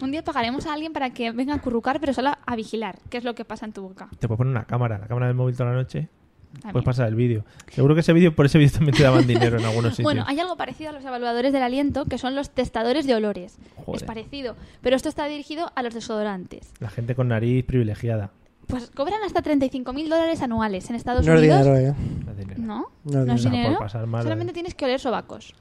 S3: un día pagaremos a alguien para que venga a currucar, pero solo a vigilar qué es lo que pasa en tu boca.
S1: Te puedes poner una cámara, la cámara del móvil toda la noche.
S3: También.
S1: Puedes pasar el vídeo. Seguro que ese vídeo, por ese vídeo también te daban dinero en algunos sitios.
S3: Bueno, hay algo parecido a los evaluadores del aliento, que son los testadores de olores.
S1: Joder.
S3: Es parecido, pero esto está dirigido a los desodorantes.
S1: La gente con nariz privilegiada.
S3: Pues cobran hasta 35.000 dólares anuales en Estados
S2: No es
S3: Unidos.
S2: dinero, ¿eh?
S1: No es dinero.
S3: No,
S2: No es
S3: no es
S1: dinero.
S3: dinero.
S1: Por pasar mal,
S3: Solamente
S1: eh.
S3: tienes que oler sobacos.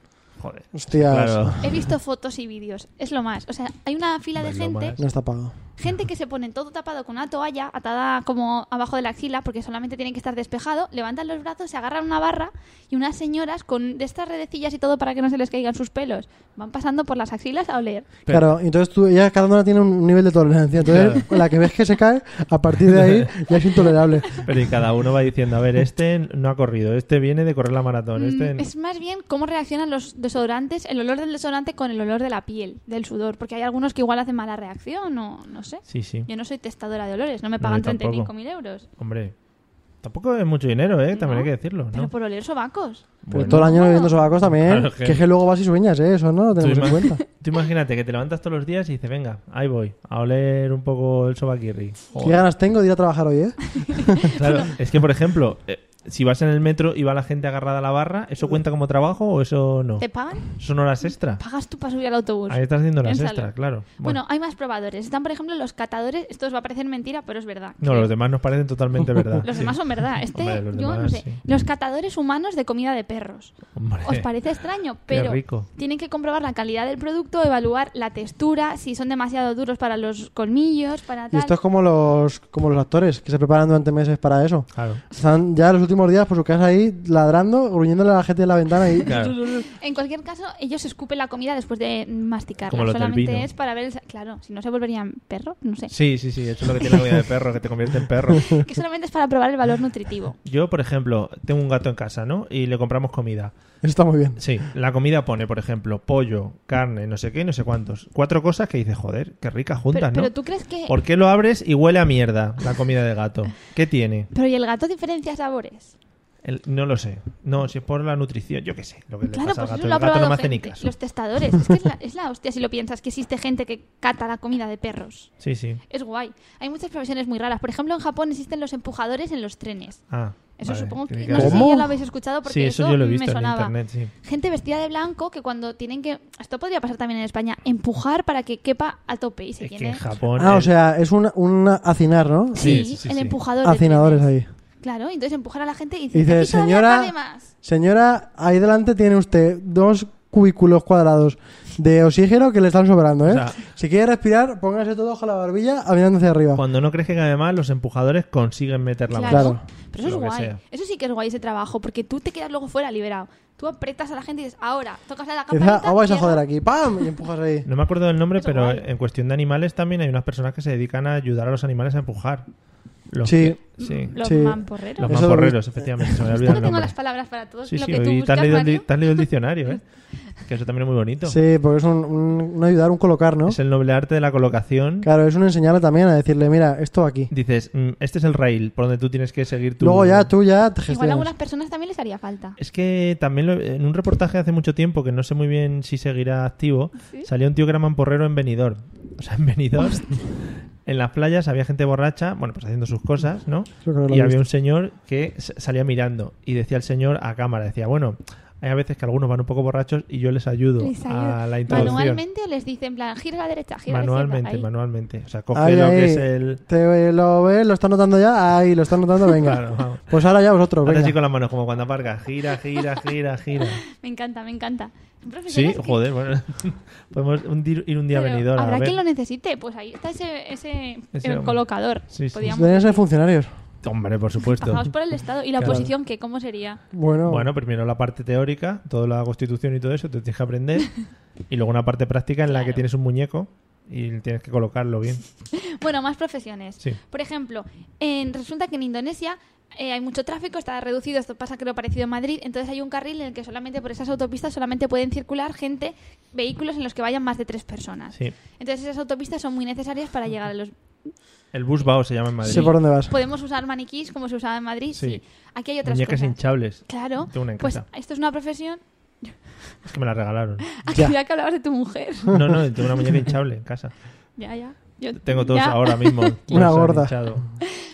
S1: Joder.
S2: Hostias.
S1: Claro.
S3: He visto fotos y vídeos, es lo más. O sea, hay una fila de
S1: Es lo
S3: gente,
S1: más.
S2: No está pagado.
S3: gente que se pone todo tapado con una toalla atada como abajo de la axila porque solamente tiene que estar despejado, levantan los brazos, se agarran una barra y unas señoras con de estas redecillas y todo para que no se les caigan sus pelos, van pasando por las axilas a oler.
S1: Pero-
S2: Claro, entonces tú, ya cada una tiene un nivel de tolerancia. Entonces, la que ves que se cae, a partir
S1: [laughs]
S2: de ahí ya es intolerable.
S1: Pero y cada uno va diciendo, a ver, este no ha corrido, este viene de correr la maratón, este...
S3: Mm, Es más bien cómo reaccionan los desodorantes, el olor del desodorante con el olor de la piel, del sudor, porque hay algunos que igual hacen mala reacción o no sé.
S1: Sí, sí.
S3: Yo no soy testadora de olores, no me
S1: No,
S3: pagan
S1: yo tampoco.
S3: 35.000 euros.
S1: Hombre, tampoco es mucho dinero, ¿eh? También
S3: No,
S1: hay que decirlo,
S3: Pero
S1: ¿no?
S3: por oler sobacos.
S2: Pero
S1: Bueno.
S2: todo el año
S3: Bueno.
S2: bebiendo sobacos también.
S1: Claro, que-
S2: que es que luego vas y sueñas, ¿eh? Eso no lo
S1: Tú,
S2: tenemos en
S1: ima-
S2: cuenta.
S1: [laughs] tú imagínate que te levantas todos los días y dices, venga, ahí voy, a oler un poco el sobaquirri.
S2: ¿Qué ganas tengo de ir a trabajar hoy, eh?
S1: Claro, es que, por ejemplo, eh, si vas en el metro y va la gente agarrada a la barra, ¿eso cuenta como trabajo o eso no?
S3: ¿Te pagan?
S1: ¿Son horas extra?
S3: Pagas tú para subir al autobús.
S1: Ahí estás haciendo horas
S3: Piénsalo.
S1: extra, claro.
S3: Bueno, hay más probadores. Están, por ejemplo, los catadores. Esto os va a parecer mentira, pero es verdad.
S1: no, los demás nos parecen totalmente
S3: [laughs]
S1: verdad.
S3: eh, Los
S1: Sí.
S3: demás son
S1: [laughs]
S3: verdad. Este,
S1: Hombre, los
S3: yo no
S1: demás,
S3: sé.
S1: sí.
S3: Los catadores humanos de comida de perros.
S1: Hombre. [laughs]
S3: Os parece extraño,
S1: Qué
S3: pero
S1: rico.
S3: tienen que comprobar la calidad del producto, evaluar la textura, si son demasiado duros para los colmillos, para
S2: Y
S3: tal.
S2: esto es como los, como los actores que se preparan durante meses para eso.
S1: Claro.
S2: Están ya los últimos días por su casa ahí ladrando, gruñéndole a la gente de la ventana
S1: [laughs]
S2: y
S1: Claro.
S3: En cualquier caso, ellos escupen la comida después de masticarla.
S1: Como los del
S3: Solamente
S1: vino.
S3: es para ver, el sa- claro, si no se volverían perro, no sé.
S1: Sí, sí, sí, eso es lo que tiene la comida de perro, que te convierte en
S3: [laughs]
S1: perro.
S3: Que solamente es para probar el
S1: [laughs]
S3: valor nutritivo.
S1: Yo, por ejemplo, tengo un gato en casa, ¿no? Y le compramos comida.
S2: eso está muy bien.
S1: Sí, la comida pone, por ejemplo, pollo, carne, no sé qué, no sé cuántos. Cuatro cosas que dices, joder, qué ricas
S3: Pero,
S1: juntas, ¿no?
S3: pero tú crees que.
S1: ¿Por qué lo abres y huele a mierda la comida de gato? ¿Qué tiene?
S3: Pero y el gato diferencia sabores.
S1: El- no lo sé. No, si es por la nutrición, yo qué sé. Lo que le
S3: Claro,
S1: pasa al
S3: pues
S1: gato,
S3: eso lo ha
S1: el gato no me
S3: probado
S1: hace ni
S3: gente.
S1: caso.
S3: Los testadores. Es
S1: [laughs]
S3: que es la, es la hostia si lo piensas, que existe gente que cata la comida de perros.
S1: Sí, sí.
S3: Es guay. Hay muchas profesiones muy raras. Por ejemplo, en Japón existen los empujadores en los trenes.
S1: Ah,
S3: Eso
S1: vale.
S3: supongo que...
S1: Creí
S3: No sé si
S2: ¿Cómo?
S3: ya lo habéis escuchado porque
S1: Sí, eso yo lo he visto
S3: me
S1: en
S3: sonaba.
S1: internet, sí.
S3: Gente vestida de blanco que cuando tienen que... Esto podría pasar también en España. Empujar para que quepa a tope y se
S1: Es que
S3: tiene...
S1: en Japón.
S2: Ah, o
S1: el-
S2: sea, es un, un hacinar, ¿no?
S1: Sí,
S3: Sí,
S1: sí, sí,
S3: el
S1: sí.
S3: empujador. de
S2: Hacinadores
S3: trenes.
S2: ahí.
S3: Claro, entonces empujar a la gente
S2: Y
S3: y dice,
S2: dice,
S3: "Aquí todavía
S2: señora,
S3: cabe más".
S2: señora, ahí delante tiene usted dos cubículos cuadrados de oxígeno que le están sobrando, ¿eh?
S1: O sea-
S2: si quiere respirar, póngase todo bajo la barbilla, mirando hacia arriba.
S1: Cuando no crees que además los empujadores consiguen meter la
S3: Claro.
S1: mano.
S2: Claro.
S3: Pero eso
S1: Lo
S3: es
S1: que
S3: guay.
S1: sea.
S3: Eso sí que es guay ese trabajo, porque tú te quedas luego fuera liberado. Tú apretas a la gente y dices, ahora, tocas la
S2: Y dice,
S3: campanita.
S2: ah, vais a
S3: llega".
S2: joder aquí, ¡pam! Y
S1: [laughs]
S2: empujas ahí.
S1: No me acuerdo del nombre,
S3: Eso
S1: pero
S3: guay.
S1: en cuestión de animales también hay unas personas que se dedican a ayudar a los animales a empujar. Los
S2: Sí.
S1: que- sí.
S3: Los
S2: Sí.
S3: mamporreros.
S1: Los
S2: Eso lo
S1: mamporreros,
S2: vi-
S1: efectivamente. Se me ha
S3: Yo
S1: olvidado
S3: no
S1: el
S3: tengo
S1: nombre.
S3: las palabras para todo.
S1: Sí,
S3: lo
S1: sí,
S3: que tú
S1: y te
S3: buscas,
S1: has, leído el, di-
S3: Mario.
S1: te has leído el diccionario,
S3: [laughs]
S1: ¿eh? Que eso también es muy bonito.
S2: Sí, porque es un, un- un ayudar, un colocar, ¿no?
S1: Es el noble arte de la colocación.
S2: Claro, es un enseñarle también a decirle, mira, esto aquí.
S1: Dices, "Mm, este es el rail por donde tú tienes que seguir tu...
S2: Luego ya tú ya te
S3: Igual a algunas
S2: gestionas.
S3: personas también les haría falta.
S1: Es que también lo- en un reportaje hace mucho tiempo, que no sé muy bien si seguirá activo,
S3: ¿Sí?
S1: salió un tío que era mamporrero en Benidorm. O sea, en Benidorm, en las playas había gente borracha, bueno, pues haciendo sus cosas, ¿no?
S2: Yo creo que lo
S1: Y
S2: he
S1: había
S2: visto.
S1: un señor que s- salía mirando y decía el señor a cámara, decía, bueno, hay a veces que algunos van un poco borrachos y yo les ayudo
S3: Les ayuda.
S1: a la introducción.
S3: Manualmente o les dicen, en plan, gira a la derecha, gira a la izquierda.
S1: Manualmente,
S3: Ahí.
S1: manualmente. O sea, coge
S2: Ahí,
S1: lo que
S2: ahí.
S1: es el...
S2: Te lo ves, lo está notando ya, ahí, lo está notando, venga.
S1: Claro, vamos.
S2: Pues ahora ya vosotros,
S1: Hazte
S2: venga.
S1: así con las manos, como cuando aparca. Gira, gira, gira, gira.
S3: Me encanta, me encanta. Son
S1: Sí,
S3: profesiones que-
S1: joder, bueno.
S3: [laughs]
S1: Podemos un dir- ir un día
S3: pero
S1: a Benidorm, a
S3: Habrá
S1: ver.
S3: quien lo necesite. Pues ahí está ese, ese,
S1: Ese
S3: eh,
S1: hombre.
S3: colocador.
S1: Sí, sí.
S3: Podíamos-
S2: Deberían ser funcionarios.
S1: Hombre, por supuesto.
S3: Bajaos por el Estado. ¿Y la
S1: Claro.
S3: oposición qué? ¿Cómo sería?
S2: Bueno,
S1: Bueno, primero la parte teórica, toda la constitución y todo eso, te tienes que
S3: [laughs]
S1: aprender. Y luego una parte práctica en la que tienes un muñeco y tienes que colocarlo bien.
S3: Bueno, más profesiones.
S1: Sí.
S3: Por ejemplo, en- resulta que en Indonesia eh, hay mucho tráfico, está reducido, esto pasa creo parecido a Madrid, entonces hay un carril en el que solamente por esas autopistas solamente pueden circular gente, vehículos en los que vayan más de tres personas.
S1: Sí.
S3: Entonces esas autopistas son muy necesarias para llegar a los...
S1: El bus bao se llama en Madrid.
S2: sé por dónde vas.
S3: ¿Podemos usar maniquís como se usaba en Madrid?
S1: Sí.
S3: Aquí hay otras
S1: Muñecas
S3: cosas.
S1: hinchables.
S3: Claro.
S1: Tengo una en
S3: Pues
S1: casa.
S3: esto es una profesión.
S1: Es que me la
S3: [laughs]
S1: regalaron.
S3: Ah,
S2: Ya.
S3: creía que hablabas de tu mujer. [laughs]
S1: No, no, tengo una muñeca hinchable en casa.
S3: ya, ya. Yo-
S1: Tengo dos
S3: ya.
S1: ahora
S3: [laughs]
S1: mismo.
S2: Una
S1: Los han
S2: gorda.
S1: hinchado.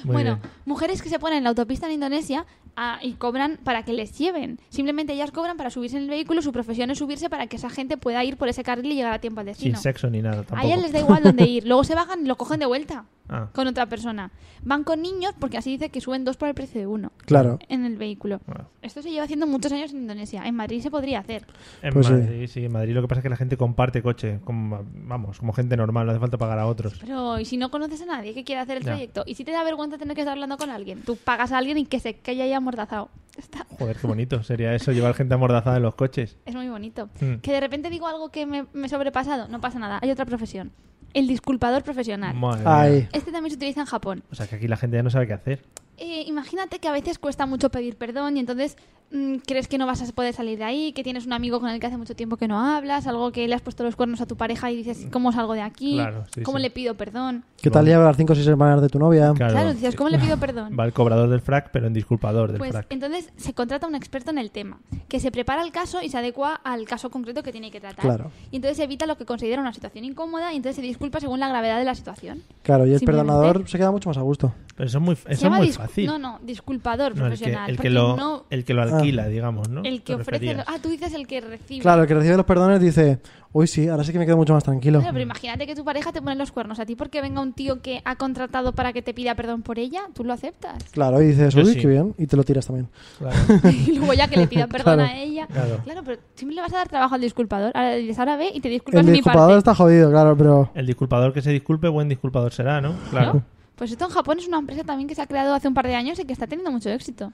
S1: Muy
S3: bueno,
S1: bien.
S3: mujeres que se ponen en la autopista en Indonesia ah, y cobran para que les lleven. Simplemente ellas cobran para subirse en el vehículo, su profesión es subirse para que esa gente pueda ir por ese carril y llegar a tiempo al
S1: Sin
S3: destino.
S1: sexo ni nada
S3: a
S1: tampoco.
S3: ellas les da igual dónde
S1: [laughs]
S3: ir. Luego se bajan y lo cogen de vuelta
S1: Ah,
S3: con otra persona. Van con niños porque así dice que suben dos por el precio de uno
S2: Claro.
S3: en el vehículo.
S1: bueno.
S3: Esto se lleva haciendo muchos años en Indonesia. En Madrid se podría hacer.
S1: En
S2: Pues sí.
S1: Madrid, sí. en Madrid lo que pasa es que la gente comparte coche, como, vamos, como gente normal, no hace falta pagar a otros.
S3: Pero ¿y si no conoces a nadie que quiera hacer el
S1: Ya.
S3: trayecto? ¿Y si te da vergüenza tener que estar hablando con alguien? Tú pagas a alguien y que se calla y amordazado. [laughs] Está
S1: Joder, qué bonito sería eso, llevar gente amordazada en los coches.
S3: Es muy bonito.
S1: Mm.
S3: Que de repente digo algo que me, me he sobrepasado. No pasa nada. Hay otra profesión. El disculpador profesional.
S1: Madre mía.
S2: Ahí.
S3: Este también se utiliza en Japón.
S1: O sea, que aquí la gente ya no sabe qué hacer.
S3: Eh, imagínate que a veces cuesta mucho pedir perdón y entonces mm, crees que no vas a poder salir de ahí, que tienes un amigo con el que hace mucho tiempo que no hablas, algo que le has puesto los cuernos a tu pareja y dices, ¿cómo salgo de aquí?
S1: Claro, sí,
S3: ¿Cómo
S1: sí.
S3: le pido perdón?
S2: ¿Qué tal llevar 5 o 6 hermanas de tu novia?
S1: Claro.
S3: Claro, dices,
S1: [laughs]
S3: ¿cómo le pido perdón?
S1: Va el cobrador del frac, pero en disculpador del
S3: Pues
S1: frac.
S3: entonces se contrata un experto en el tema, que se prepara el caso y se adecua al caso concreto que tiene que tratar.
S2: Claro.
S3: Y entonces se evita lo que considera una situación incómoda y entonces se disculpa según la gravedad de la situación.
S2: Claro, y el
S3: Simplemente-
S2: perdonador se queda mucho más a gusto.
S1: Pero eso es muy,
S3: Se
S1: eso es
S3: llama
S1: muy
S3: discu-
S1: fácil.
S3: No, no, disculpador
S1: No, el, que,
S3: profesional.
S1: el, que
S3: porque
S1: lo,
S3: no
S1: el que lo
S2: Ah.
S1: alquila, digamos, ¿no?
S3: el que
S1: ¿Te
S3: ofrece...
S1: referías?
S3: Ah, tú dices el que recibe.
S2: Claro, el que recibe los perdones dice, uy, sí, ahora sí que me quedo mucho más tranquilo.
S3: Claro, pero imagínate que tu pareja te pone los cuernos a ti porque venga un tío que ha contratado para que te pida perdón por ella, tú
S1: [laughs]
S3: lo aceptas.
S2: Claro, y dices,
S1: Yo
S2: uy,
S1: sí.
S2: qué bien, y te lo tiras también.
S1: Claro.
S3: y luego ya que le pida perdón
S2: Claro,
S3: a ella.
S1: claro.
S3: Claro. pero siempre le vas a dar trabajo al disculpador. Ahora le dices, ahora ve y te disculpas
S2: El
S3: de mi parte.
S2: disculpador está jodido, claro, pero...
S1: El disculpador que se disculpe, buen disculpador será, ¿no? Claro.
S3: ¿no? Pues esto en Japón es una empresa también que se ha creado hace un par de años y que está teniendo mucho éxito.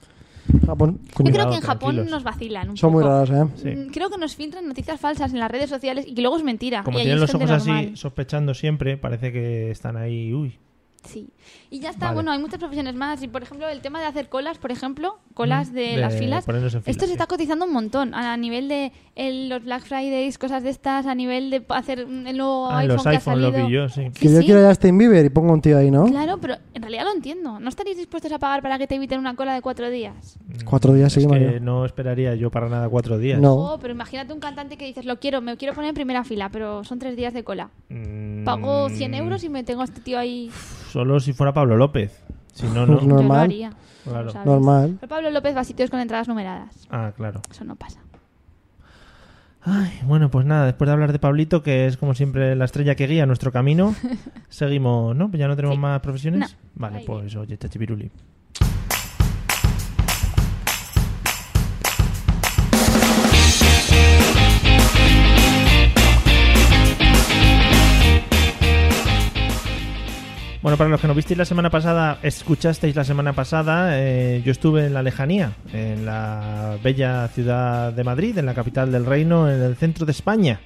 S2: Japón,
S3: Yo
S2: coño,
S3: creo
S1: Cuidado,
S3: que en Japón
S1: Pues tranquilos.
S3: nos vacilan un
S2: son muy
S3: poco.
S2: raros, ¿eh?
S1: Sí.
S3: Mm, Creo que nos filtran noticias falsas en las redes sociales Ah, y que luego es mentira.
S1: Como
S3: y allí
S1: tienen
S3: es
S1: los
S3: gente
S1: ojos así
S3: normal.
S1: sospechando siempre, parece que están ahí, uy.
S3: Sí. Y ya está,
S1: Vale.
S3: bueno, hay muchas profesiones más. Y por ejemplo, el tema de hacer colas, por ejemplo, colas de,
S1: De
S3: las filas.
S1: ponernos en fila,
S3: esto
S1: sí.
S3: se está cotizando un montón. A nivel de el- los Black Fridays, cosas de estas, a nivel de hacer mm, el nuevo
S1: Ah,
S3: iPhone
S1: los
S3: que ha
S1: iPhone los
S3: salido.
S1: vi yo, sí.
S2: Que
S3: Sí,
S2: yo
S3: sí.
S2: quiero ya Justin Bieber y pongo un tío ahí, ¿no?
S3: Claro, pero en realidad lo entiendo. ¿No estaréis dispuestos a pagar para que te eviten una cola de cuatro días?
S2: Cuatro días
S1: Es que
S2: sí, Mario.
S1: no esperaría yo para nada cuatro días.
S2: No.
S3: Oh, pero imagínate un cantante que dices, lo quiero, me quiero poner en primera fila, pero son tres días de cola.
S1: Mm,
S3: Pago 100 euros y me tengo a este tío ahí.
S1: Solo si fuera Pablo López. Si no, [laughs] no.
S2: No.
S3: Yo lo
S2: Normal.
S3: haría.
S1: Claro.
S3: ¿sabes?
S2: Normal.
S3: Pero Pablo López va a sitios con entradas numeradas.
S1: Ah, claro.
S3: Eso no pasa.
S1: Ay, bueno, pues nada, después de hablar de Pablito, que es como siempre la estrella que guía nuestro
S3: [laughs]
S1: camino, seguimos, ¿no? Pues ya no tenemos
S3: Sí.
S1: más profesiones.
S3: No.
S1: Vale,
S3: Ahí
S1: pues oye, Tachipiruli. Bueno, para los que no visteis la semana pasada, escuchasteis la semana pasada, eh, yo estuve en la lejanía, en la bella ciudad de Madrid, en la capital del reino, en el centro de
S3: [laughs]
S1: España.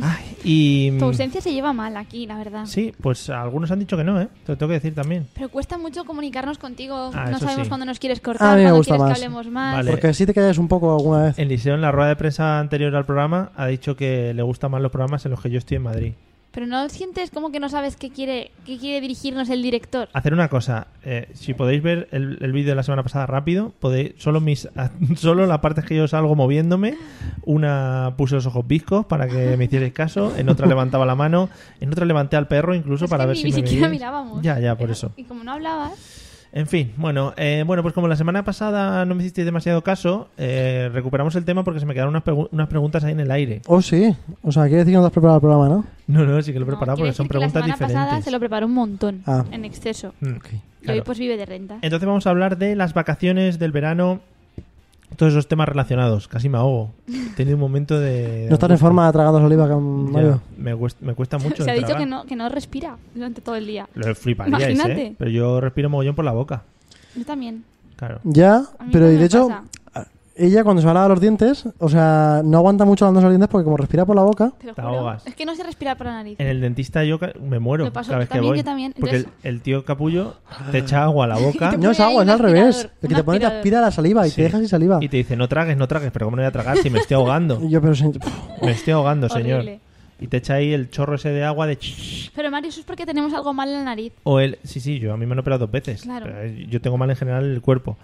S1: Ay, y mm,
S3: Tu ausencia se lleva mal aquí, la verdad.
S1: Sí, pues algunos han dicho que no, ¿eh? Te lo tengo que decir también.
S3: Pero cuesta mucho comunicarnos contigo.
S1: Ah,
S3: no
S1: eso
S3: sabemos
S1: sí.
S3: cuándo nos quieres
S2: A
S3: cortar,
S2: mí me
S3: cuándo
S2: gusta
S3: quieres
S2: más.
S3: que hablemos más.
S1: Vale.
S2: Porque si te callas un poco alguna vez.
S1: Eliseo, en la rueda de prensa anterior al programa, ha dicho que le gustan más los programas en los que yo estoy en Madrid.
S3: Pero no sientes como que no sabes qué quiere, qué quiere dirigirnos el director.
S1: Hacer una cosa, eh, si podéis ver el, el vídeo de la semana pasada rápido, podéis, solo mis [laughs] solo la parte que yo salgo moviéndome, una puse los ojos viscos para que me hicierais caso, en otra levantaba la mano, en otra levanté al perro incluso
S3: Es
S1: para
S3: que
S1: ver
S3: ni,
S1: si
S3: ni
S1: me
S3: siquiera
S1: veíais.
S3: mirábamos.
S1: Ya, ya, por
S3: Era-
S1: eso.
S3: Y como no hablabas,
S1: En fin, bueno, eh, bueno, pues como la semana pasada no me hicisteis demasiado caso, eh, recuperamos el tema porque se me quedaron unas, pregu- unas preguntas ahí en el aire.
S2: Oh, sí. O sea, quiere decir que no te has preparado el programa, ¿no?
S1: No, no, sí que lo he
S3: no,
S1: preparado
S3: quiero
S1: porque son
S3: decir que
S1: preguntas
S3: la semana pasada
S1: diferentes.
S3: se lo preparó un montón,
S2: Ah.
S3: en exceso.
S1: Mm.
S3: Y hoy
S1: Claro.
S3: pues vive de renta.
S1: Entonces vamos a hablar de las vacaciones del verano, todos esos temas relacionados. Casi me
S3: [laughs]
S1: ahogo. He tenido un momento de...
S2: No estás en forma tragando saliva, con
S1: Ya,
S2: Mario.
S1: me, cuesta, me cuesta mucho.
S3: [laughs] se ha
S1: el
S3: dicho
S1: tragar.
S3: que no, que no respira durante todo el día.
S1: Lo fliparíais,
S3: Imagínate.
S1: ¿eh? Pero yo respiro mogollón por la boca.
S3: Yo también.
S1: Claro.
S2: Ya,
S3: A mí
S2: pero
S3: no
S2: y
S3: me
S2: de hecho,
S3: pasa.
S2: ella cuando se va a lavar los dientes, o sea, no aguanta mucho lavándose los dientes porque como respira por la boca,
S3: Te lo
S1: Te
S3: juro.
S1: ahogas.
S3: Es que no sé respirar por la nariz.
S1: En el dentista yo ca- me muero
S3: Me pasó,
S1: cada
S3: yo
S1: vez que
S3: también,
S1: voy.
S3: yo también.
S1: Porque el,
S3: Entonces-
S1: el tío capullo
S2: Ah.
S1: te echa agua a la
S2: [laughs]
S1: boca
S3: Y te
S2: no es
S3: pone ahí
S2: agua, es
S3: un
S2: al revés.
S3: aspirador,
S2: El que
S3: un
S2: te pone te
S3: aspirador.
S2: aspira la saliva y
S1: Sí.
S2: te deja sin saliva.
S1: y te dice, no tragues, no tragues, pero ¿cómo no voy a tragar si me estoy
S2: [laughs]
S1: ahogando?
S2: Y Yo, pero sin-
S1: Me estoy ahogando, señor.
S3: Horrible.
S1: Y te echa ahí el chorro ese de agua de... ch-
S3: Pero Mario, eso es porque tenemos algo mal en la nariz.
S1: O el... Sí, sí, yo a mí me han operado dos veces.
S3: Claro.
S1: Pero, eh, yo tengo mal en general el
S3: [laughs]
S1: cuerpo.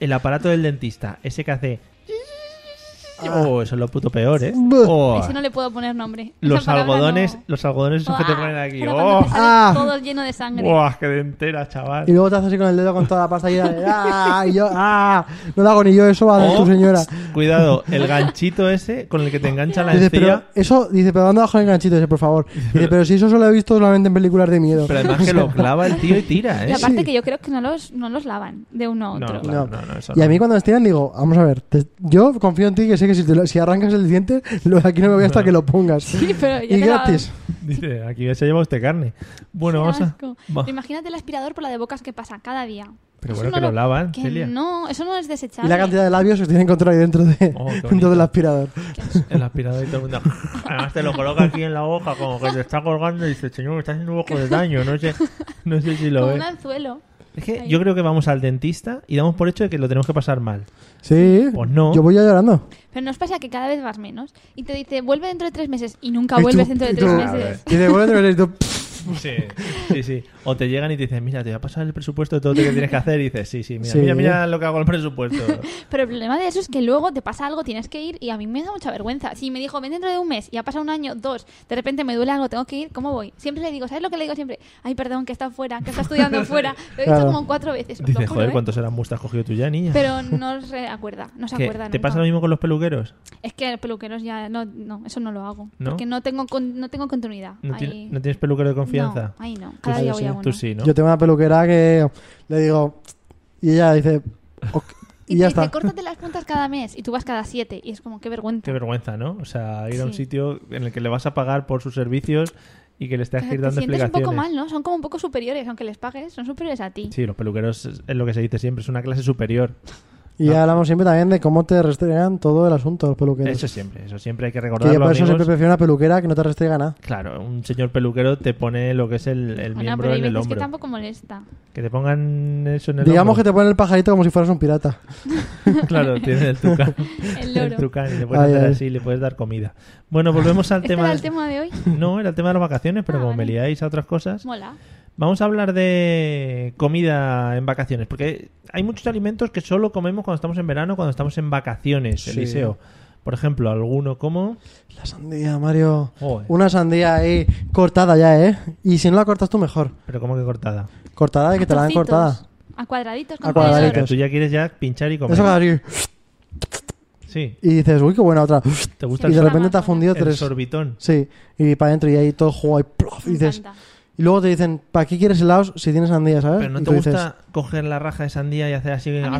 S1: el aparato del dentista, ese que hace... Oh, eso es lo puto peor, ¿eh?
S2: Buh.
S1: Oh.
S3: Ah. Ese no le puedo poner nombre.
S1: Los
S3: Esa palabra
S1: algodones,
S3: no-
S1: los algodones esos que te
S3: Buah,
S1: ponen aquí.
S3: pero cuando
S1: ¡Oh!
S3: te sale
S2: Ah.
S3: Todo lleno de sangre.
S1: ¡Buah, qué dentera, chaval!
S2: y luego te haces así con el dedo con toda la pasta llena de, ¡Ah! Y yo, ¡Ah! No lo hago ni yo, eso va a
S1: O,
S2: tu señora.
S1: Oh, Cuidado, el ganchito ese con el que te engancha la
S2: Dice, pero
S1: encía.
S2: eso, dice, pero anda bajo el ganchito ese, por favor. Dice, pero si eso solo he visto solamente en películas de miedo.
S1: Pero además que lo clava el tío y tira,
S3: [laughs] Y
S1: ¿eh?
S3: aparte que yo creo que no los, no los lavan de uno a
S1: No,
S3: otro.
S1: claro, no, no, eso
S2: Y a
S1: no.
S2: mí cuando me estiran digo, vamos a ver, te- yo confío en ti que sé que si, te lo- si arrancas el diente, lo de aquí no me voy hasta que lo pongas.
S3: [laughs] Sí, pero ya
S2: y
S3: te la-
S2: gratis.
S1: Dice, aquí se lleva usted carne. Bueno, vamos
S3: Qué
S1: a...
S3: asco.
S1: va.
S3: Pero Imagínate el aspirador por la de bocas que pasa cada día.
S1: Pero
S3: Eso
S1: bueno,
S3: no
S1: que lo lavan,
S3: que
S1: Celia.
S3: No, eso no es desechable.
S2: Y la cantidad de labios que tienen control ahí dentro, de,
S1: Oh, qué bonito.
S2: dentro del aspirador.
S1: El aspirador y todo el mundo. [laughs] Además te lo coloca aquí en la hoja, como que te está colgando y dice, señor, me está haciendo un poco de daño. No sé, no sé si lo
S3: Como
S1: ve.
S3: un anzuelo.
S1: Es que yo creo que vamos al dentista y damos por hecho de que lo tenemos que pasar mal.
S2: Sí,
S1: Pues no.
S2: yo voy ya llorando.
S3: Pero nos pasa que cada vez vas menos. Y te dice, vuelve dentro de tres meses. Y nunca
S2: Y tú-
S3: vuelves dentro de
S2: y
S3: tres
S2: tú-
S3: meses.
S2: Y de vuelta y tú, pff,
S1: Sí, sí, sí. O te llegan y te dicen, mira, te voy a pasar el presupuesto de todo lo que tienes que hacer. Y dices, sí, sí, mira,
S2: Sí.
S1: mira, mira lo que hago el
S3: [laughs]
S1: presupuesto.
S3: Pero el problema de eso es que luego te pasa algo, tienes que ir. Y a mí me da mucha vergüenza. Si me dijo, ven dentro de un mes. Y ha pasado un año, dos. De repente me duele algo, tengo que ir. ¿Cómo voy? Siempre le digo, ¿sabes lo que le digo siempre? Ay, perdón, que está fuera, que
S2: [laughs]
S3: está estudiando fuera. Lo he dicho
S2: Claro.
S3: como cuatro veces. os lo
S1: Dices,
S3: juro,
S1: joder,
S3: ¿eh?
S1: ¿cuántos eran has cogido tú ya, niña?
S3: Pero no se acuerda, no se
S1: ¿Qué?
S3: acuerda.
S1: ¿Te
S3: nunca.
S1: pasa lo mismo con los peluqueros?
S3: Es que peluqueros ya no, no, eso no lo hago.
S1: ¿No?
S3: Porque no tengo con- no tengo continuidad.
S1: ¿No,
S3: ahí.
S1: tienes- no tienes peluquero de confianza?
S3: No, ahí no. Cada
S2: sí,
S3: día
S2: yo
S3: voy
S2: sí.
S3: a uno.
S1: Tú sí, ¿no?
S2: Yo tengo una peluquera que le digo, y ella dice, "Ok",
S3: Y,
S2: y ya
S3: te dice,
S2: está.
S3: córtate las puntas cada mes y tú vas cada siete. Y es como, qué vergüenza.
S1: Qué vergüenza, ¿no? O sea, ir a un
S3: Sí.
S1: sitio en el que le vas a pagar por sus servicios y que le
S3: O
S1: estés
S3: sea,
S1: dando
S3: te sientes un
S1: explicaciones.
S3: poco mal, ¿no? Son como un poco superiores, aunque les pagues, son superiores a ti.
S1: Sí, los peluqueros es es lo que se dice siempre, es una clase superior.
S2: Y
S1: Ah.
S2: hablamos siempre también de cómo te restregan todo el asunto de los peluqueros.
S1: Eso siempre, eso siempre hay que
S2: que yo
S1: recordarlo,
S2: por eso siempre
S1: amigos.
S2: prefiero una peluquera que no te restrega nada.
S1: Claro, un señor peluquero te pone lo que es el, el
S3: Bueno,
S1: miembro
S3: pero hay
S1: en el
S3: veces que
S1: hombro.
S3: tampoco molesta.
S1: Que te pongan eso en el
S2: Digamos que
S1: hombro.
S2: te ponen el pajarito como si fueras un pirata.
S1: Claro, tiene el tucán.
S3: [laughs] El
S1: El
S3: loro.
S1: tucán, y le puedes
S2: Ay,
S1: hacer
S2: ay.
S1: así, le puedes dar comida. Bueno, volvemos al
S3: ¿Este
S1: tema.
S3: era el tema de hoy?
S1: No, era el tema de las vacaciones, pero
S3: Ah,
S1: como me
S3: vale.
S1: liáis a otras cosas.
S3: Mola.
S1: Vamos a hablar de comida en vacaciones, porque hay muchos alimentos que solo comemos cuando estamos en verano, cuando estamos en vacaciones,
S2: Sí.
S1: Eliseo. Por ejemplo, alguno como...
S2: La sandía, Mario.
S1: Joder.
S2: Una sandía ahí cortada ya, ¿eh? Y si no la cortas tú, mejor.
S1: Pero como que cortada.
S2: Cortada y que te la dan
S3: Trocitos.
S2: cortada.
S3: A cuadraditos
S2: A
S3: con
S1: O sea,
S2: cuadraditos.
S3: cuadraditos.
S1: que tú ya quieres ya pinchar y comer.
S2: Eso cada
S1: Sí,
S2: Y dices, uy, qué buena otra.
S1: te gusta
S2: Y
S1: el,
S2: de
S1: sor-
S2: repente te ha fundido
S1: el
S2: tres. ¿Eh?
S1: sorbitón.
S2: Sí. Y para adentro y ahí todo juego y plof, y
S3: Me
S2: dices.
S3: encanta.
S2: Y luego te dicen, ¿para qué quieres helados si tienes sandía, sabes?
S1: Pero no
S2: Y
S1: te
S2: tú dices,
S1: gusta coger la raja de sandía y hacer así...
S3: A mí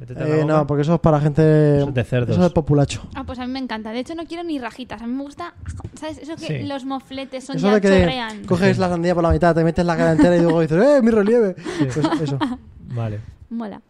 S1: Métete la
S2: Eh,
S1: boca.
S2: no, porque eso es para gente.
S1: Eso es de cerdos.
S2: Eso es populacho.
S3: Ah, pues a mí me encanta. De hecho, no quiero ni rajitas. A mí me gusta, ¿sabes? Eso que
S1: Sí.
S3: los mofletes son
S2: Eso
S3: ya
S2: de que
S3: chorrean.
S2: coges la sandía por la mitad, te metes la cara entera y luego dices, ¡eh, mi relieve! Pues eso.
S1: Vale.
S3: Mola.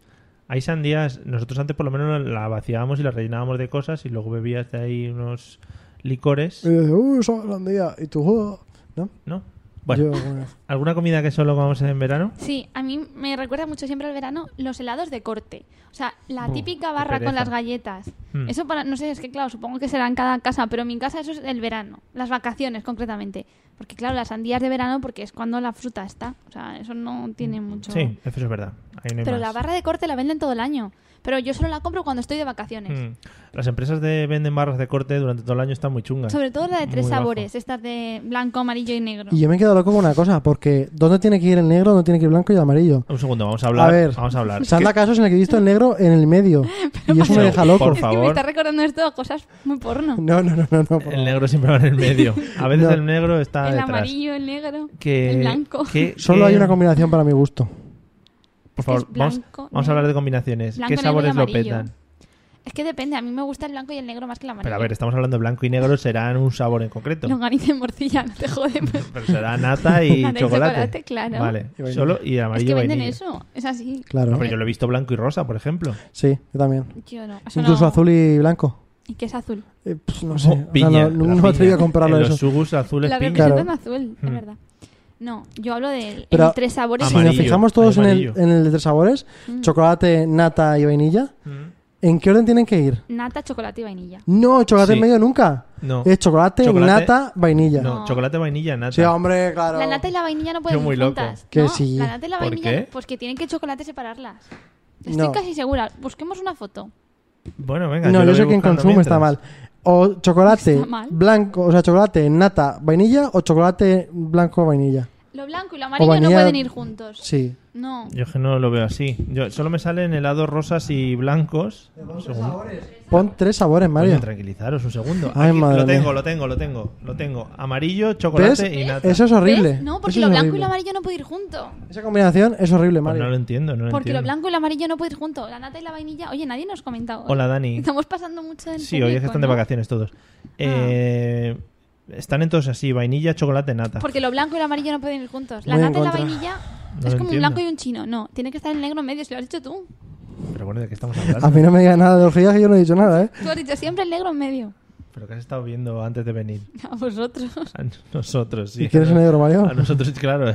S1: Hay sandías, nosotros antes por lo menos la vaciábamos y la rellenábamos de cosas y luego bebías de ahí unos licores,
S2: Y dices, ¡uh, esa sandía! Y tú, ¡oh! ¿No?
S1: ¿no? Bueno,
S2: Yo, bueno.
S1: ¿alguna comida que solo comamos en verano?
S3: Sí, a mí me recuerda mucho siempre al verano los helados de corte. O sea, la
S1: Buh,
S3: típica
S1: qué
S3: barra
S1: pereza.
S3: con las galletas.
S1: Hmm.
S3: Eso para, no sé, es que claro, supongo que será en cada casa, pero en mi casa eso es el verano, las vacaciones concretamente. Porque claro, las sandías de verano porque es cuando la fruta está. O sea, eso no tiene mucho...
S1: Mm, Sí, eso es verdad. Ahí no hay
S3: Pero
S1: más.
S3: la barra de corte la venden todo el año. Pero yo solo la compro cuando estoy de vacaciones.
S1: Mm. Las empresas de venden barras de corte durante todo el año están muy chungas.
S3: Sobre todo la de tres
S1: Muy bajo.
S3: sabores, estas de blanco, amarillo y negro.
S2: Y yo me he quedado loco con una cosa, porque ¿dónde tiene que ir el negro, dónde tiene que ir el blanco y el amarillo?
S1: Un segundo, vamos a hablar.
S2: A ver.
S1: Vamos a
S2: [laughs]
S1: hablar.
S2: Se han dado casos en el que he visto el negro en el
S3: [laughs]
S2: medio. Y eso me
S1: Pero,
S2: deja loco.
S1: por
S3: es [laughs] que
S1: favor.
S3: me está recordando esto cosas muy porno.
S2: No, no, no, no. no por
S1: El
S2: favor.
S1: negro siempre va en el medio. A veces
S2: [laughs] No.
S1: el negro está
S3: el
S1: detrás.
S3: amarillo, el negro,
S1: Que-
S3: el blanco.
S1: que-
S2: [laughs] Solo
S1: que-
S2: hay una combinación para mi gusto.
S1: Por favor,
S3: Es que es
S1: vamos,
S3: blanco,
S1: vamos a
S3: negro.
S1: hablar de combinaciones.
S3: Blanco,
S1: ¿Qué
S3: negro y
S1: sabores lo
S3: amarillo.
S1: petan?
S3: Es que depende, a mí me gusta el blanco y el negro más que el amarillo.
S1: Pero a ver, estamos hablando de blanco y negro, serán un sabor en concreto.
S3: Longaniza y morcilla, no
S1: [laughs]
S3: te jode. pues.
S1: Pero será
S3: [laughs]
S1: nata y
S3: Nata y
S1: chocolate.
S3: chocolate, claro.
S1: Vale,
S2: Y vainilla.
S1: solo y
S3: es
S1: amarillo
S3: que venden
S1: vainilla.
S3: eso, es así.
S2: Claro.
S1: No, pero yo lo he visto blanco y rosa, por ejemplo.
S2: Sí, yo también.
S3: Yo no. eso
S2: Incluso
S3: no-
S2: azul y blanco.
S3: ¿Y qué es azul?
S2: Eh, pues, no sé. O sea,
S1: Oh, piña,
S2: no-
S1: la
S2: no me
S1: piña.
S2: atreví a comprarlo
S1: En
S2: eso.
S1: Los sugus azules
S3: La
S1: piña.
S3: representan
S2: Claro.
S3: azul, es
S1: Mm.
S3: verdad. No, yo hablo de
S2: Pero-
S3: los tres sabores.
S2: Si nos
S1: Amarillo,
S2: fijamos todos
S1: hay
S2: en el,
S1: amarillo.
S2: en el de tres sabores,
S3: Mm.
S2: chocolate, nata y vainilla,
S1: Mm.
S2: ¿en qué orden tienen que ir?
S3: Nata, chocolate y vainilla.
S2: No,
S1: Sí.
S2: chocolate en medio nunca.
S1: No.
S2: Es chocolate,
S1: Chocolate-
S2: nata, vainilla.
S1: No, chocolate vainilla, nata.
S2: Sí, hombre, claro.
S3: La nata y la vainilla no pueden
S1: Yo muy
S3: ir
S1: loco.
S3: juntas.
S2: Que
S3: No,
S2: sí.
S3: La nata y la
S1: ¿Por
S3: vainilla,
S1: qué?
S3: pues que tienen que chocolate separarlas. Estoy
S2: No.
S3: casi segura. Busquemos una foto.
S1: Bueno, venga.
S2: No,
S1: lo
S2: yo
S1: voy
S2: sé quien
S1: buscando
S2: consume está mal.
S1: mientras.
S2: O chocolate
S3: Está mal.
S2: blanco, o sea, chocolate, nata, vainilla o chocolate blanco, vainilla.
S3: Lo blanco y lo amarillo no
S2: vainilla-
S3: pueden ir juntos.
S2: Sí.
S3: No.
S1: Yo es que no lo veo así. Yo, solo me salen helados rosas y blancos. Un segundo.
S2: Pon tres sabores, Mario.
S1: Coño, tranquilizaros un segundo.
S2: Ah, Ay,
S1: Aquí,
S2: madre
S1: lo tengo,
S2: mía.
S1: lo tengo, lo tengo, lo tengo. Amarillo,
S2: ¿Ves?
S1: chocolate y nata. Pues
S2: Eso es horrible.
S3: ¿Ves? No,
S2: Eso
S3: porque
S2: es
S3: lo blanco y
S2: horrible.
S3: lo amarillo no pueden ir juntos.
S2: Esa combinación es horrible,
S1: Pues
S2: Mario.
S1: no lo entiendo, no lo
S3: Porque lo
S1: entiendo.
S3: blanco y lo amarillo no pueden ir juntos. La nata y la vainilla. Oye, nadie nos ha comentado. ¿eh?
S1: Hola, Dani.
S3: Estamos pasando mucho del
S1: Sí, hoy es que
S3: público,
S1: están de
S3: ¿no?
S1: vacaciones todos.
S3: Ah.
S1: Eh, están entonces así, vainilla, chocolate, nata.
S3: Porque lo blanco y lo amarillo no pueden ir juntos. La
S2: Voy en
S3: nata y la
S2: contra.
S3: vainilla
S1: No
S3: es
S1: lo
S3: como un
S1: entiendo.
S3: blanco y un chino. No, tiene que estar el negro en medio, si lo has dicho tú.
S1: Pero bueno, ¿de qué estamos
S2: A
S1: hablando?
S2: mí no me digas nada de orgías que yo no he dicho nada, ¿eh?
S3: Tú has dicho siempre el negro en medio. [laughs]
S1: ¿Pero qué has estado viendo antes de venir?
S3: A vosotros.
S1: A nosotros, sí.
S2: ¿Y quién es el negro, Mario?
S1: A nosotros, claro.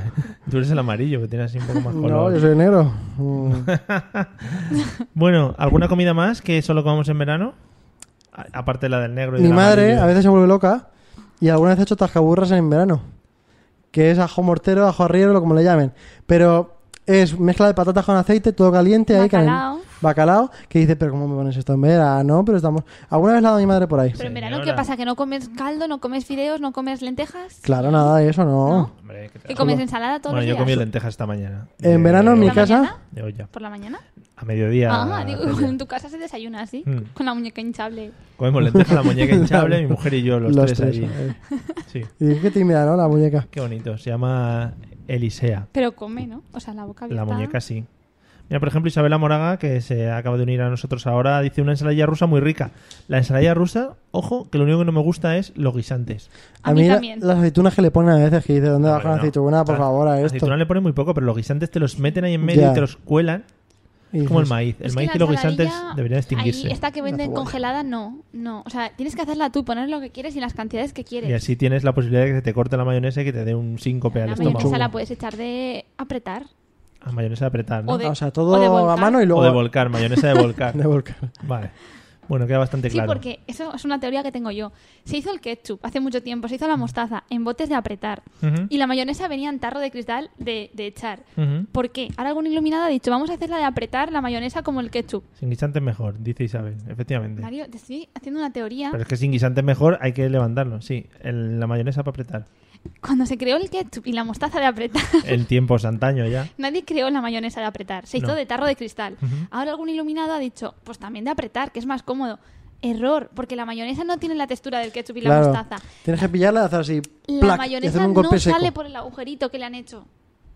S1: Tú eres el amarillo, que tienes así un poco más
S2: No,
S1: color.
S2: yo soy
S1: [laughs]
S2: el negro. Mm.
S1: Bueno, ¿alguna comida más que solo comamos en verano? A- aparte de la del negro y
S2: Mi
S1: del
S2: madre
S1: amarillo.
S2: a veces se vuelve loca y alguna vez ha hecho tascaburras en verano. Que es ajo mortero, ajo arriero, lo como le llamen. Pero es mezcla de patatas con aceite, todo caliente. ahí calen-
S3: Bacalao.
S2: bacalao. Que dice, pero ¿cómo me pones esto en verano? Pero estamos... Alguna vez la ha dado mi madre por ahí.
S3: Pero en
S1: Señora.
S3: verano, ¿qué pasa? ¿Que no comes caldo, no comes fideos, no comes lentejas?
S2: Claro, nada de eso, no.
S1: Hombre, ¿qué tal?
S3: ¿Que comes ensalada todos
S1: Bueno, yo
S3: los días?
S1: comí lentejas esta mañana.
S2: En verano en
S3: ¿Por
S2: mi
S3: la
S1: olla.
S2: casa...
S3: mañana?
S1: De olla.
S3: ¿Por la mañana?
S1: A mediodía. Pues
S3: Ah, digo,
S1: celia.
S3: en tu casa se desayuna así,
S1: Mm.
S3: con la muñeca hinchable.
S1: Comemos lentejas, la
S2: [laughs]
S1: muñeca hinchable, mi mujer y yo, los, tres, allí.
S2: eh.
S1: Sí,
S2: Y es que tímida, ¿no? La muñeca.
S1: qué bonito. Se llama Elisea.
S3: Pero come, ¿no? O sea, la boca abierta.
S1: La muñeca sí. Mira, por ejemplo, Isabela Moraga, que se acaba de unir a nosotros ahora, dice una ensalada rusa muy rica. La ensalada rusa, ojo, que lo único que no me gusta es los guisantes.
S3: A mí
S2: la-
S3: también.
S2: las aceitunas que le ponen a veces, que dice, ¿dónde
S1: Hombre,
S2: bajan
S1: no.
S2: aceituna? Por
S1: Claro,
S2: favor, a esto.
S1: Aceituna le ponen muy poco, pero los guisantes te los meten ahí en medio
S2: Ya.
S1: y te los cuelan.
S2: Y
S1: Es como el
S2: dices,
S1: maíz. El
S3: Es que
S1: maíz
S3: la
S1: y los guisantes
S3: ensaladilla,
S1: deberían extinguirse.
S3: Ahí, esta que venden
S2: cebolla.
S3: congelada, no, no. O sea, tienes que hacerla tú, poner lo que quieres y las cantidades que quieres.
S1: Y así tienes la posibilidad de que se te corte la mayonesa y que te dé un síncope al
S3: la
S1: estómago.
S3: mayonesa la puedes echar de apretar.
S1: A mayonesa de apretar, ¿no?
S3: O de-
S2: o sea,
S3: o de
S2: todo a
S3: volcar.
S2: mano y
S1: O de
S2: luego.
S1: volcar, mayonesa de volcar.
S3: [laughs]
S2: de volcar.
S1: Vale. Bueno, queda bastante
S3: Sí,
S1: claro.
S3: porque eso es una teoría que tengo yo. Se hizo el ketchup hace mucho tiempo, se hizo
S1: Mm.
S3: la mostaza en botes de apretar.
S1: Ujú,
S3: Y la mayonesa venía en tarro de cristal de, de echar.
S1: ujú.
S3: ¿Por qué? Ahora algún iluminado ha dicho, vamos a hacerla de apretar la mayonesa como el ketchup.
S1: Sin guisantes mejor, dice Isabel, efectivamente.
S3: Mario, te estoy haciendo una teoría.
S1: Pero es que sin guisantes mejor hay que levantarlo, sí. El- la mayonesa para apretar.
S3: Cuando se creó el ketchup y la mostaza de apretar, [laughs]
S1: En tiempos antaño ya.
S3: nadie creó la mayonesa de apretar. Se hizo
S1: No.
S3: de tarro de cristal.
S1: Ujú.
S3: Ahora algún iluminado ha dicho, pues también de apretar, que es más cómodo. Error, porque la mayonesa no tiene la textura del ketchup y
S2: Claro.
S3: la mostaza.
S2: Tienes que pillarla, hacer así.
S3: La
S2: plac, y hacer
S3: mayonesa
S2: un
S3: no
S2: golpe seco. [laughs]
S3: sale por el agujerito que le han hecho.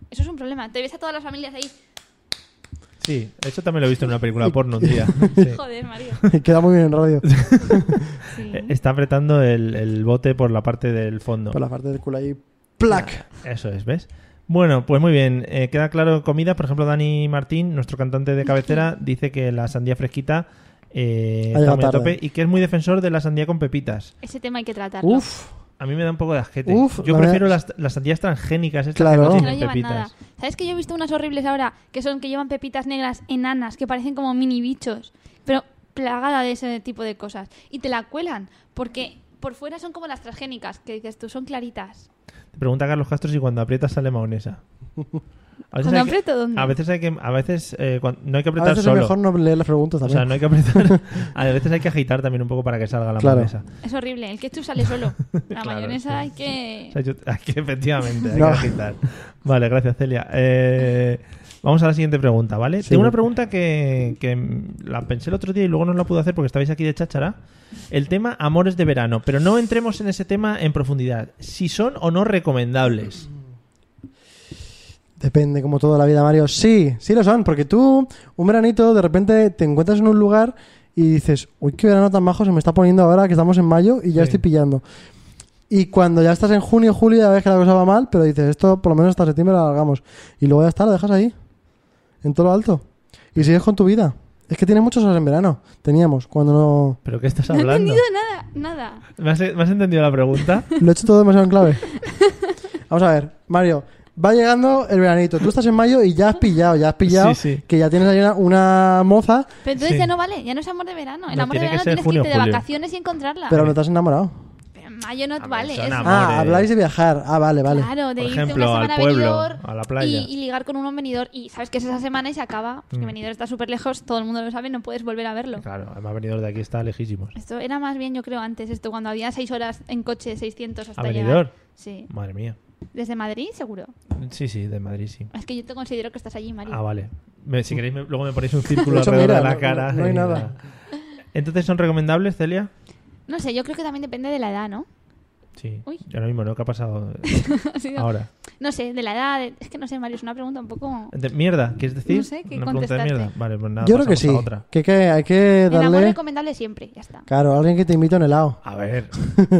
S3: Eso es un problema. Te ves a todas las familias ahí.
S1: Sí, eso también lo he visto en una película porno un
S3: [laughs]
S1: día. Sí.
S3: Joder, Mario.
S2: Queda muy bien en radio.
S1: [laughs]
S3: Sí.
S1: Eh, Está apretando el, el bote por la parte del fondo.
S2: Por la parte del culo ahí. ¡Plac!
S1: Eso es, ¿ves? Bueno, pues muy bien. eh, queda claro comida. Por ejemplo, Dani Martín, nuestro cantante de
S3: [laughs]
S1: cabecera, dice que la sandía fresquita eh,
S2: Ha
S1: está
S2: llegado
S1: muy a
S2: tarde.
S1: tope y que es muy defensor de la sandía con pepitas.
S3: Ese tema hay que tratarlo.
S2: Uf.
S1: A mí me da un poco de ajete.
S2: Uf,
S1: Yo
S2: la
S1: prefiero
S2: verdad-
S1: las, las sandías transgénicas, estas
S2: Claro.
S1: que no
S3: Que
S2: Sí,
S3: no
S1: tienen
S3: llevan nada.
S1: pepitas.
S3: ¿Sabes que yo he visto unas horribles ahora que son que llevan pepitas negras enanas que parecen como mini bichos? Pero plagada de ese tipo de cosas. Y te la cuelan porque por fuera son como las transgénicas que dices tú, son claritas.
S1: Te pregunta Carlos Castro si cuando aprietas sale
S3: [laughs]
S1: mahonesa. A veces,
S3: ¿Cuando
S1: hay que-
S3: aprieto dónde?
S1: a veces hay que, a veces, eh, cuan- no hay que
S2: A
S1: apretar
S2: veces
S1: solo.
S2: es mejor no leer las preguntas
S1: O
S2: también.
S1: sea, no hay que apretar.
S2: [laughs]
S1: A veces hay que agitar también un poco para que salga la
S2: Claro.
S1: mayonesa.
S3: Es horrible. El ketchup
S1: [laughs]
S3: sale solo. La
S1: Claro,
S3: mayonesa
S1: sí.
S3: hay que...
S1: O sea, yo- hay que- efectivamente, hay
S2: No.
S1: que agitar. Vale, gracias, Celia. Eh, vamos a la siguiente pregunta, ¿vale?
S2: Sí.
S1: Tengo una pregunta que, que la pensé el otro día y luego no la pude hacer porque estabais aquí de cháchara. El tema amores de verano, pero no entremos en ese tema en profundidad. Si son o no recomendables.
S2: Depende, como toda la vida, Mario. Sí, sí lo son, porque tú, un veranito, de repente te encuentras en un lugar y dices, uy, qué verano tan bajo se me está poniendo ahora que estamos en mayo y ya
S1: Sí.
S2: estoy pillando. Y cuando ya estás en junio, julio, ya ves que la cosa va mal, pero dices, esto por lo menos hasta septiembre lo alargamos. Y luego ya está, lo dejas ahí, en todo lo alto. Y sigues con tu vida. Es que tienes muchos horas en verano. Teníamos, cuando no...
S1: ¿Pero qué estás
S3: No he
S1: hablando?
S3: entendido nada, nada.
S1: ¿Me has, me has entendido la
S3: [laughs]
S1: pregunta?
S2: Lo he hecho todo demasiado en clave. Vamos a ver, Mario. Va llegando el veranito. Tú estás en mayo y ya has pillado, ya has pillado.
S1: Sí, sí.
S2: Que ya tienes ahí una, una moza,
S3: Pero entonces
S1: Sí.
S3: ya no vale, ya no es amor de verano. El
S1: No,
S3: amor
S1: tiene
S3: de
S1: que
S3: verano
S1: ser
S3: tienes
S1: junio,
S3: que irte de
S1: julio.
S3: vacaciones y encontrarla.
S2: pero no te has enamorado.
S3: Pero en mayo no
S1: ver,
S3: vale.
S1: son
S3: es-
S1: amores.
S2: Ah,
S1: Amores.
S2: habláis de viajar. Ah, vale, vale.
S3: Claro, de
S1: Por
S3: irte
S1: ejemplo,
S3: una
S1: al
S3: semana
S1: pueblo,
S3: a Benidorm
S1: a la playa.
S3: Y, y ligar con uno en Benidorm y sabes que es esa semana y se acaba. Porque
S1: Mm.
S3: Benidorm está súper lejos, todo el mundo lo sabe, no puedes volver a verlo.
S1: Claro, además venido de aquí está lejísimos.
S3: Esto era más bien, yo creo, antes esto, cuando había seis horas en coche, 600 hasta
S1: ¿A
S3: llegar.
S1: Benidorm?
S3: Sí.
S1: Madre mía.
S3: Desde Madrid, seguro.
S1: Sí, sí, de Madrid, sí.
S3: Es que yo te considero que estás allí, María.
S1: Ah, vale. Me- si queréis, me- luego me
S3: [laughs]
S1: ponéis un círculo
S2: De hecho,
S1: alrededor
S2: mira,
S1: de la
S2: no-
S1: cara.
S2: no hay
S1: y
S2: nada.
S1: Entonces, ¿son recomendables, Celia?
S3: No sé, yo creo que también depende de la edad, ¿no? [laughs]
S1: Sí.
S3: Uy.
S1: Ahora mismo, ¿no? ¿Qué ha
S3: [laughs]
S1: pasado
S3: Ha sido-
S1: ahora?
S3: No sé, de la edad. de- Es que no sé, Mario, es una pregunta un poco.
S1: De- ¿Mierda? ¿Quieres decir?
S3: No sé, ¿qué
S1: ¿Una pregunta de
S3: contestaste?
S1: mierda? Vale, pues nada,
S2: Yo creo que
S1: pasamos
S2: sí.
S1: a otra.
S2: Que, que hay que
S3: El amor
S2: darle.
S3: recomendable siempre, ya está.
S2: Claro, alguien que te invite a un helado.
S1: A ver,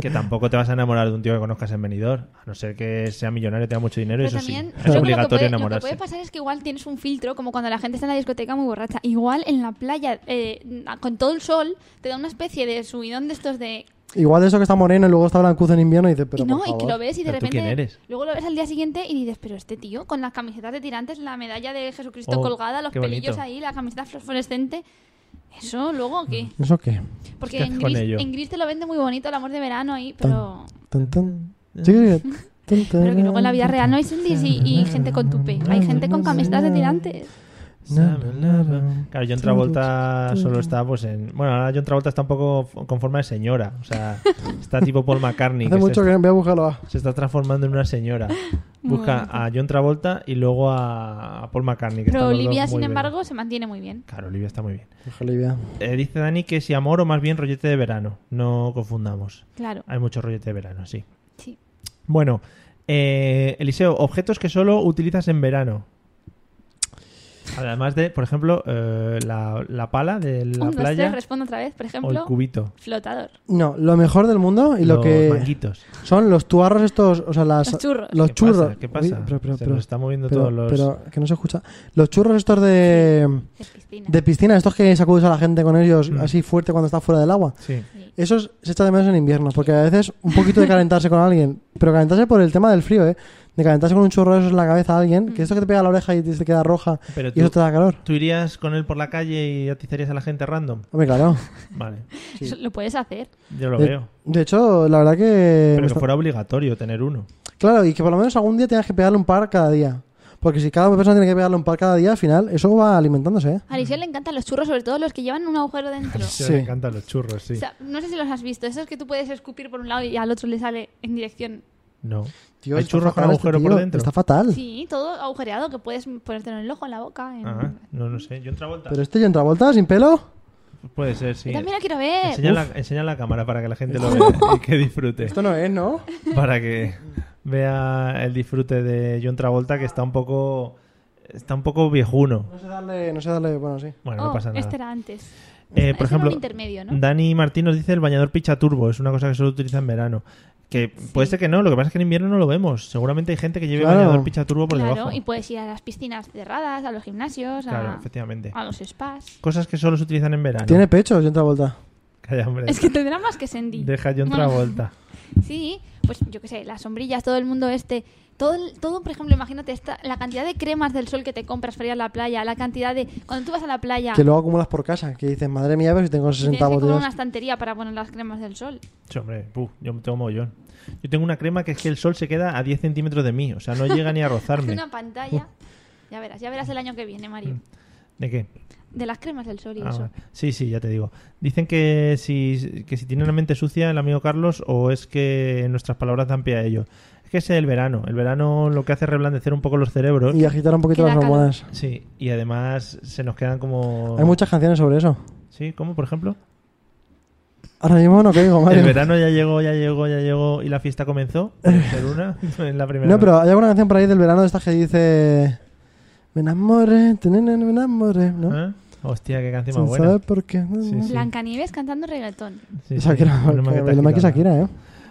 S1: que tampoco te vas a enamorar de un tío que conozcas en Benidorm, a no ser que sea millonario, tenga mucho dinero, y
S3: Pero
S1: eso
S3: también
S1: sí,
S3: yo
S1: es
S3: creo que
S1: obligatorio
S3: lo que puede, lo que
S1: enamorarse.
S3: puede pasar es que igual tienes un filtro, como cuando la gente está en la discoteca muy borracha. Igual en la playa, eh, con todo el sol, te da una especie de subidón de estos de...
S2: Igual de eso que está moreno y luego está blancuzo en invierno y dices, pero.
S3: y no,
S2: por
S3: y que
S2: favor.
S3: lo ves y de
S1: ¿Pero tú
S3: repente...
S1: quién eres?
S3: Luego lo ves al día siguiente y dices, pero este tío, con las camisetas de tirantes, la medalla de Jesucristo
S1: Oh,
S3: colgada, los
S1: qué bonito.
S3: pelillos ahí, la camiseta fluorescente... Eso, luego, ¿qué?
S2: ¿Eso qué?
S3: Porque
S1: ¿Qué
S3: en
S1: haces Mm, [laughs] con
S3: gris,
S1: ello?
S3: en gris te lo vende muy bonito el amor de verano ahí, pero...
S2: Tan, tan. Sí, sí, sí. Tan, tan.
S3: [laughs] Pero que luego en la vida real no hay sindis y, y gente con tupe. Hay gente con camisetas de tirantes.
S2: Na, na, na.
S1: Claro, John Travolta solo está pues en... Bueno, ahora John Travolta está un poco con forma de señora, o sea,
S2: [laughs]
S1: está tipo Paul McCartney.
S2: Hace
S1: que se
S2: mucho que voy a buscarlo. ah.
S1: Se está transformando en una
S2: [laughs]
S1: señora. Busca a John Travolta y luego a a Paul McCartney. que
S3: Pero
S1: están los
S3: Olivia,
S1: dos muy
S3: sin
S1: bien.
S3: embargo, se mantiene muy bien.
S1: Claro, Olivia está muy bien.
S2: Ojalá y vea.
S1: Eh, dice Dani que si amor o más bien rollete de verano. No confundamos.
S3: Claro,
S1: Hay mucho rollete de verano, sí.
S3: sí.
S1: Bueno, eh, Eliseo, objetos que solo utilizas en verano. Además de, por ejemplo, eh, la, la pala de la
S3: Un, dos, tres,
S1: playa
S3: respondo otra vez. Por
S1: o el
S3: ejemplo,
S1: cubito.
S3: flotador.
S2: No, lo mejor del mundo y lo
S1: los
S2: que
S1: manguitos.
S2: son los tuarros estos, o sea, las,
S3: Los churros.
S2: los
S1: ¿Qué
S2: churros.
S1: Pasa? ¿Qué
S2: Uy,
S1: pasa?
S2: pero, pero,
S1: Se
S2: pero-
S1: nos está moviendo
S2: pero-
S1: todos los...
S2: pero que no se escucha. Los churros estos de,
S3: De piscina.
S2: de piscina, estos que sacudes a la gente con ellos
S1: Mm.
S2: así fuerte cuando está fuera del agua.
S1: Sí.
S2: Esos se echa de menos en invierno, porque a veces un poquito de calentarse con alguien, pero calentarse por el tema del frío, ¿eh? De calentarse con un churro de esos en la cabeza a alguien,
S3: Mm.
S2: que esto que te pega la oreja y te te queda roja
S1: Pero
S2: y eso
S1: tú,
S2: te da calor.
S1: tú irías con él por la calle y atizarías a la gente random.
S2: Hombre, claro.
S1: Vale,
S3: Eso Lo puedes hacer.
S1: yo lo
S2: De-
S1: veo.
S2: De hecho, la verdad que... me
S1: Pero que
S2: está-
S1: fuera obligatorio tener uno.
S2: Claro, y que por lo menos algún día tengas que pegarle un par cada día. Porque si cada persona tiene que pegarle un par cada día, al final eso va alimentándose, ¿eh?
S3: A Alicia le encantan los churros, sobre todo los que llevan un agujero dentro.
S2: Sí. le
S1: encantan los churros, sí.
S3: O sea, no sé si los has visto. Esos que tú puedes escupir por un lado y al otro le sale en dirección.
S1: No.
S2: Tío,
S1: ¿Hay
S2: está
S1: churros con
S2: fatal este
S1: agujero por
S2: tío,
S1: dentro?
S2: Está fatal.
S3: Sí, todo agujereado que puedes ponértelo en el ojo, en la boca. en-
S1: Ah, no, no sé. Yo en Travolta.
S2: Pero este John Travolta, sin pelo.
S1: Puede ser, sí.
S3: Yo también lo quiero ver.
S1: Enseña la, enseña la cámara para que la
S3: [laughs]
S1: gente lo vea y que disfrute.
S2: Esto no es, ¿no?
S1: Para que vea el disfrute de John Travolta que está un poco está un poco viejuno.
S2: No sé darle, no sé darle, bueno, sí.
S1: Bueno,
S3: Oh,
S1: no pasa nada.
S3: Este era antes.
S1: Eh,
S3: Ese
S1: por
S3: era
S1: ejemplo,
S3: un intermedio, ¿no?
S1: Dani Martín nos dice el bañador picha turbo, es una cosa que solo utiliza en verano. Que puede ser que no, lo que pasa es que en invierno no lo vemos. Seguramente hay gente que lleve
S2: Claro.
S1: bañador picha turbo por
S3: claro,
S1: debajo.
S3: y puedes ir a las piscinas cerradas, a los gimnasios,
S1: Claro,
S3: a,
S1: efectivamente.
S3: a los spas.
S1: Cosas que solo se utilizan en verano.
S2: Tiene pecho John Travolta.
S1: Calla, hombre.
S3: Es que tendrá más que Sandy.
S1: Deja John
S3: Bueno,
S1: Travolta.
S3: Sí, pues yo qué sé, las sombrillas, todo el mundo este. Todo, el- todo, por ejemplo, imagínate esta, la cantidad de cremas del sol que te compras para ir a la playa, la cantidad de. Cuando tú vas a la playa,
S2: Que luego acumulas por casa. Que dices, madre mía, pero si tengo
S3: tienes
S2: 60
S3: que comprar una
S2: botellas.
S3: estantería para poner las cremas del sol.
S1: Sí, hombre, puf, yo tengo mogollón. Yo tengo una crema que es que el sol se queda a 10 centímetros de mí, o sea, no llega
S3: [laughs]
S1: ni a
S3: Haz
S1: rozarme.
S3: una pantalla. Ya verás, ya verás el año que viene, Mario.
S1: ¿De qué?
S3: De las cremas del sol y
S1: Mm. Ah,
S3: eso.
S1: vale. sí, sí, ya te digo. Dicen que si, que si tiene una mente sucia el amigo Carlos o es que nuestras palabras dan pie a ello. Es que es el verano. El verano lo que hace es reblandecer un poco los cerebros.
S2: Y agitar un poquito
S3: Que
S2: las
S3: da calor.
S2: hormonas.
S1: Sí, y además se nos quedan como...
S2: Hay muchas canciones sobre eso.
S1: Sí, ¿cómo, por ejemplo?
S2: Ahora mismo no caigo, Mario.
S1: El verano ya llegó, ya llegó, ya llegó y la fiesta
S2: [laughs]
S1: comenzó. Puede ser una, [laughs] en la primera.
S2: No, pero hay alguna canción por ahí del verano de estas que dice... Me enamoré, tenene, me enamoré, ¿no?
S1: ¿Eh? Hostia, qué canción más
S2: Sin
S1: buena.
S2: saber por qué.
S1: Sí, sí.
S3: Blancanieves cantando reggaetón.
S1: Sí, sí.
S2: Shakira,
S1: Menos mal que te has
S2: menos mal que
S1: quitado.
S2: Shakira, ¿eh?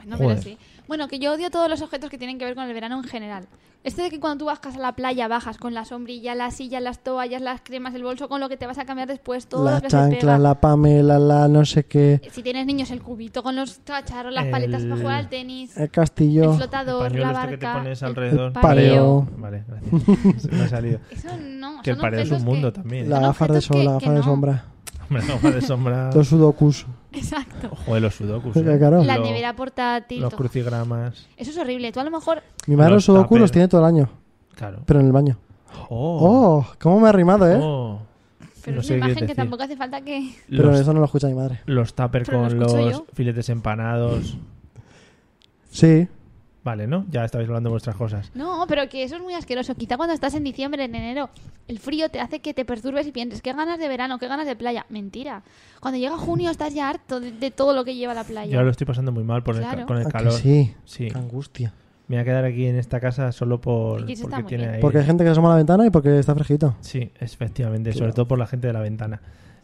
S3: No, pero
S1: Joder.
S3: sí. Bueno, que yo odio todos los objetos que tienen que ver con el verano en general. Este de que cuando tú bajas a la playa bajas con la sombrilla, la silla, las toallas, las cremas, el bolso, con lo que te vas a cambiar después, todo
S2: la
S3: lo que se
S2: chancla,
S3: pega.
S2: la Pamela, la no sé qué,
S3: Si tienes niños, el cubito con los cacharros, las paletas para
S1: El-
S3: jugar al tenis,
S2: el
S3: el
S2: castillo,
S1: El
S3: flotador,
S1: pañuelo
S3: la
S1: este que te
S3: barca,
S1: pones
S3: el
S1: alrededor.
S2: pareo.
S1: Vale, gracias. [laughs] Se me ha salido.
S3: Eso no,
S1: Que el
S3: son
S1: pareo es
S3: objetos
S1: un mundo
S3: [laughs] que-
S1: también. [laughs]
S2: la
S3: Son
S2: gafa de
S3: objetos
S2: sol,
S3: que-
S2: la
S3: que
S2: gafa de
S3: no.
S2: sombra,
S1: Hombre, la hoja de sombra.
S2: los sudokus.
S3: Exacto.
S1: Joder, los sudokus.
S2: Porque,
S1: eh.
S2: claro,
S3: La
S1: Lo-
S3: nevera portátil.
S1: Los
S3: todo.
S1: crucigramas.
S3: Eso es horrible. Tú a lo mejor
S2: mi madre los
S1: los
S2: sudokus los
S1: tupper.
S2: tiene todo el año,
S1: Claro.
S2: pero en el baño.
S1: Oh.
S2: Oh, cómo me ha rimado, ¿eh?
S1: Oh.
S3: Pero
S1: No
S3: es
S1: sé
S3: una
S1: qué
S3: imagen que
S1: decir.
S3: tampoco hace falta que.
S2: Pero
S1: Los,
S2: eso no lo escucha mi madre.
S1: los tupper
S3: Pero lo
S1: con
S3: escucho
S1: los
S3: yo.
S1: filetes empanados.
S2: Sí,
S1: Vale, ¿no? Ya estabais hablando de vuestras cosas.
S3: No, pero que eso es muy asqueroso. Quizá cuando estás en diciembre, en enero, el frío te hace que te perturbes y pienses, qué ganas de verano, qué ganas de playa. Mentira. Cuando llega junio estás ya harto de, de todo lo que lleva la
S1: Yo
S3: playa.
S1: ahora lo estoy pasando muy mal por el ca-
S3: Ah, Claro.
S1: con el
S2: ¿A Ah, que
S1: calor.
S2: sí,
S1: Sí.
S2: Qué angustia.
S1: Me voy a quedar aquí en esta casa solo por,
S3: Aquí se está
S1: porque
S3: muy
S1: tiene
S3: bien.
S1: ahí.
S2: Porque hay gente que se asoma a la ventana y porque está fresquito.
S1: Sí, efectivamente,
S2: Claro.
S1: sobre todo por la gente de la ventana.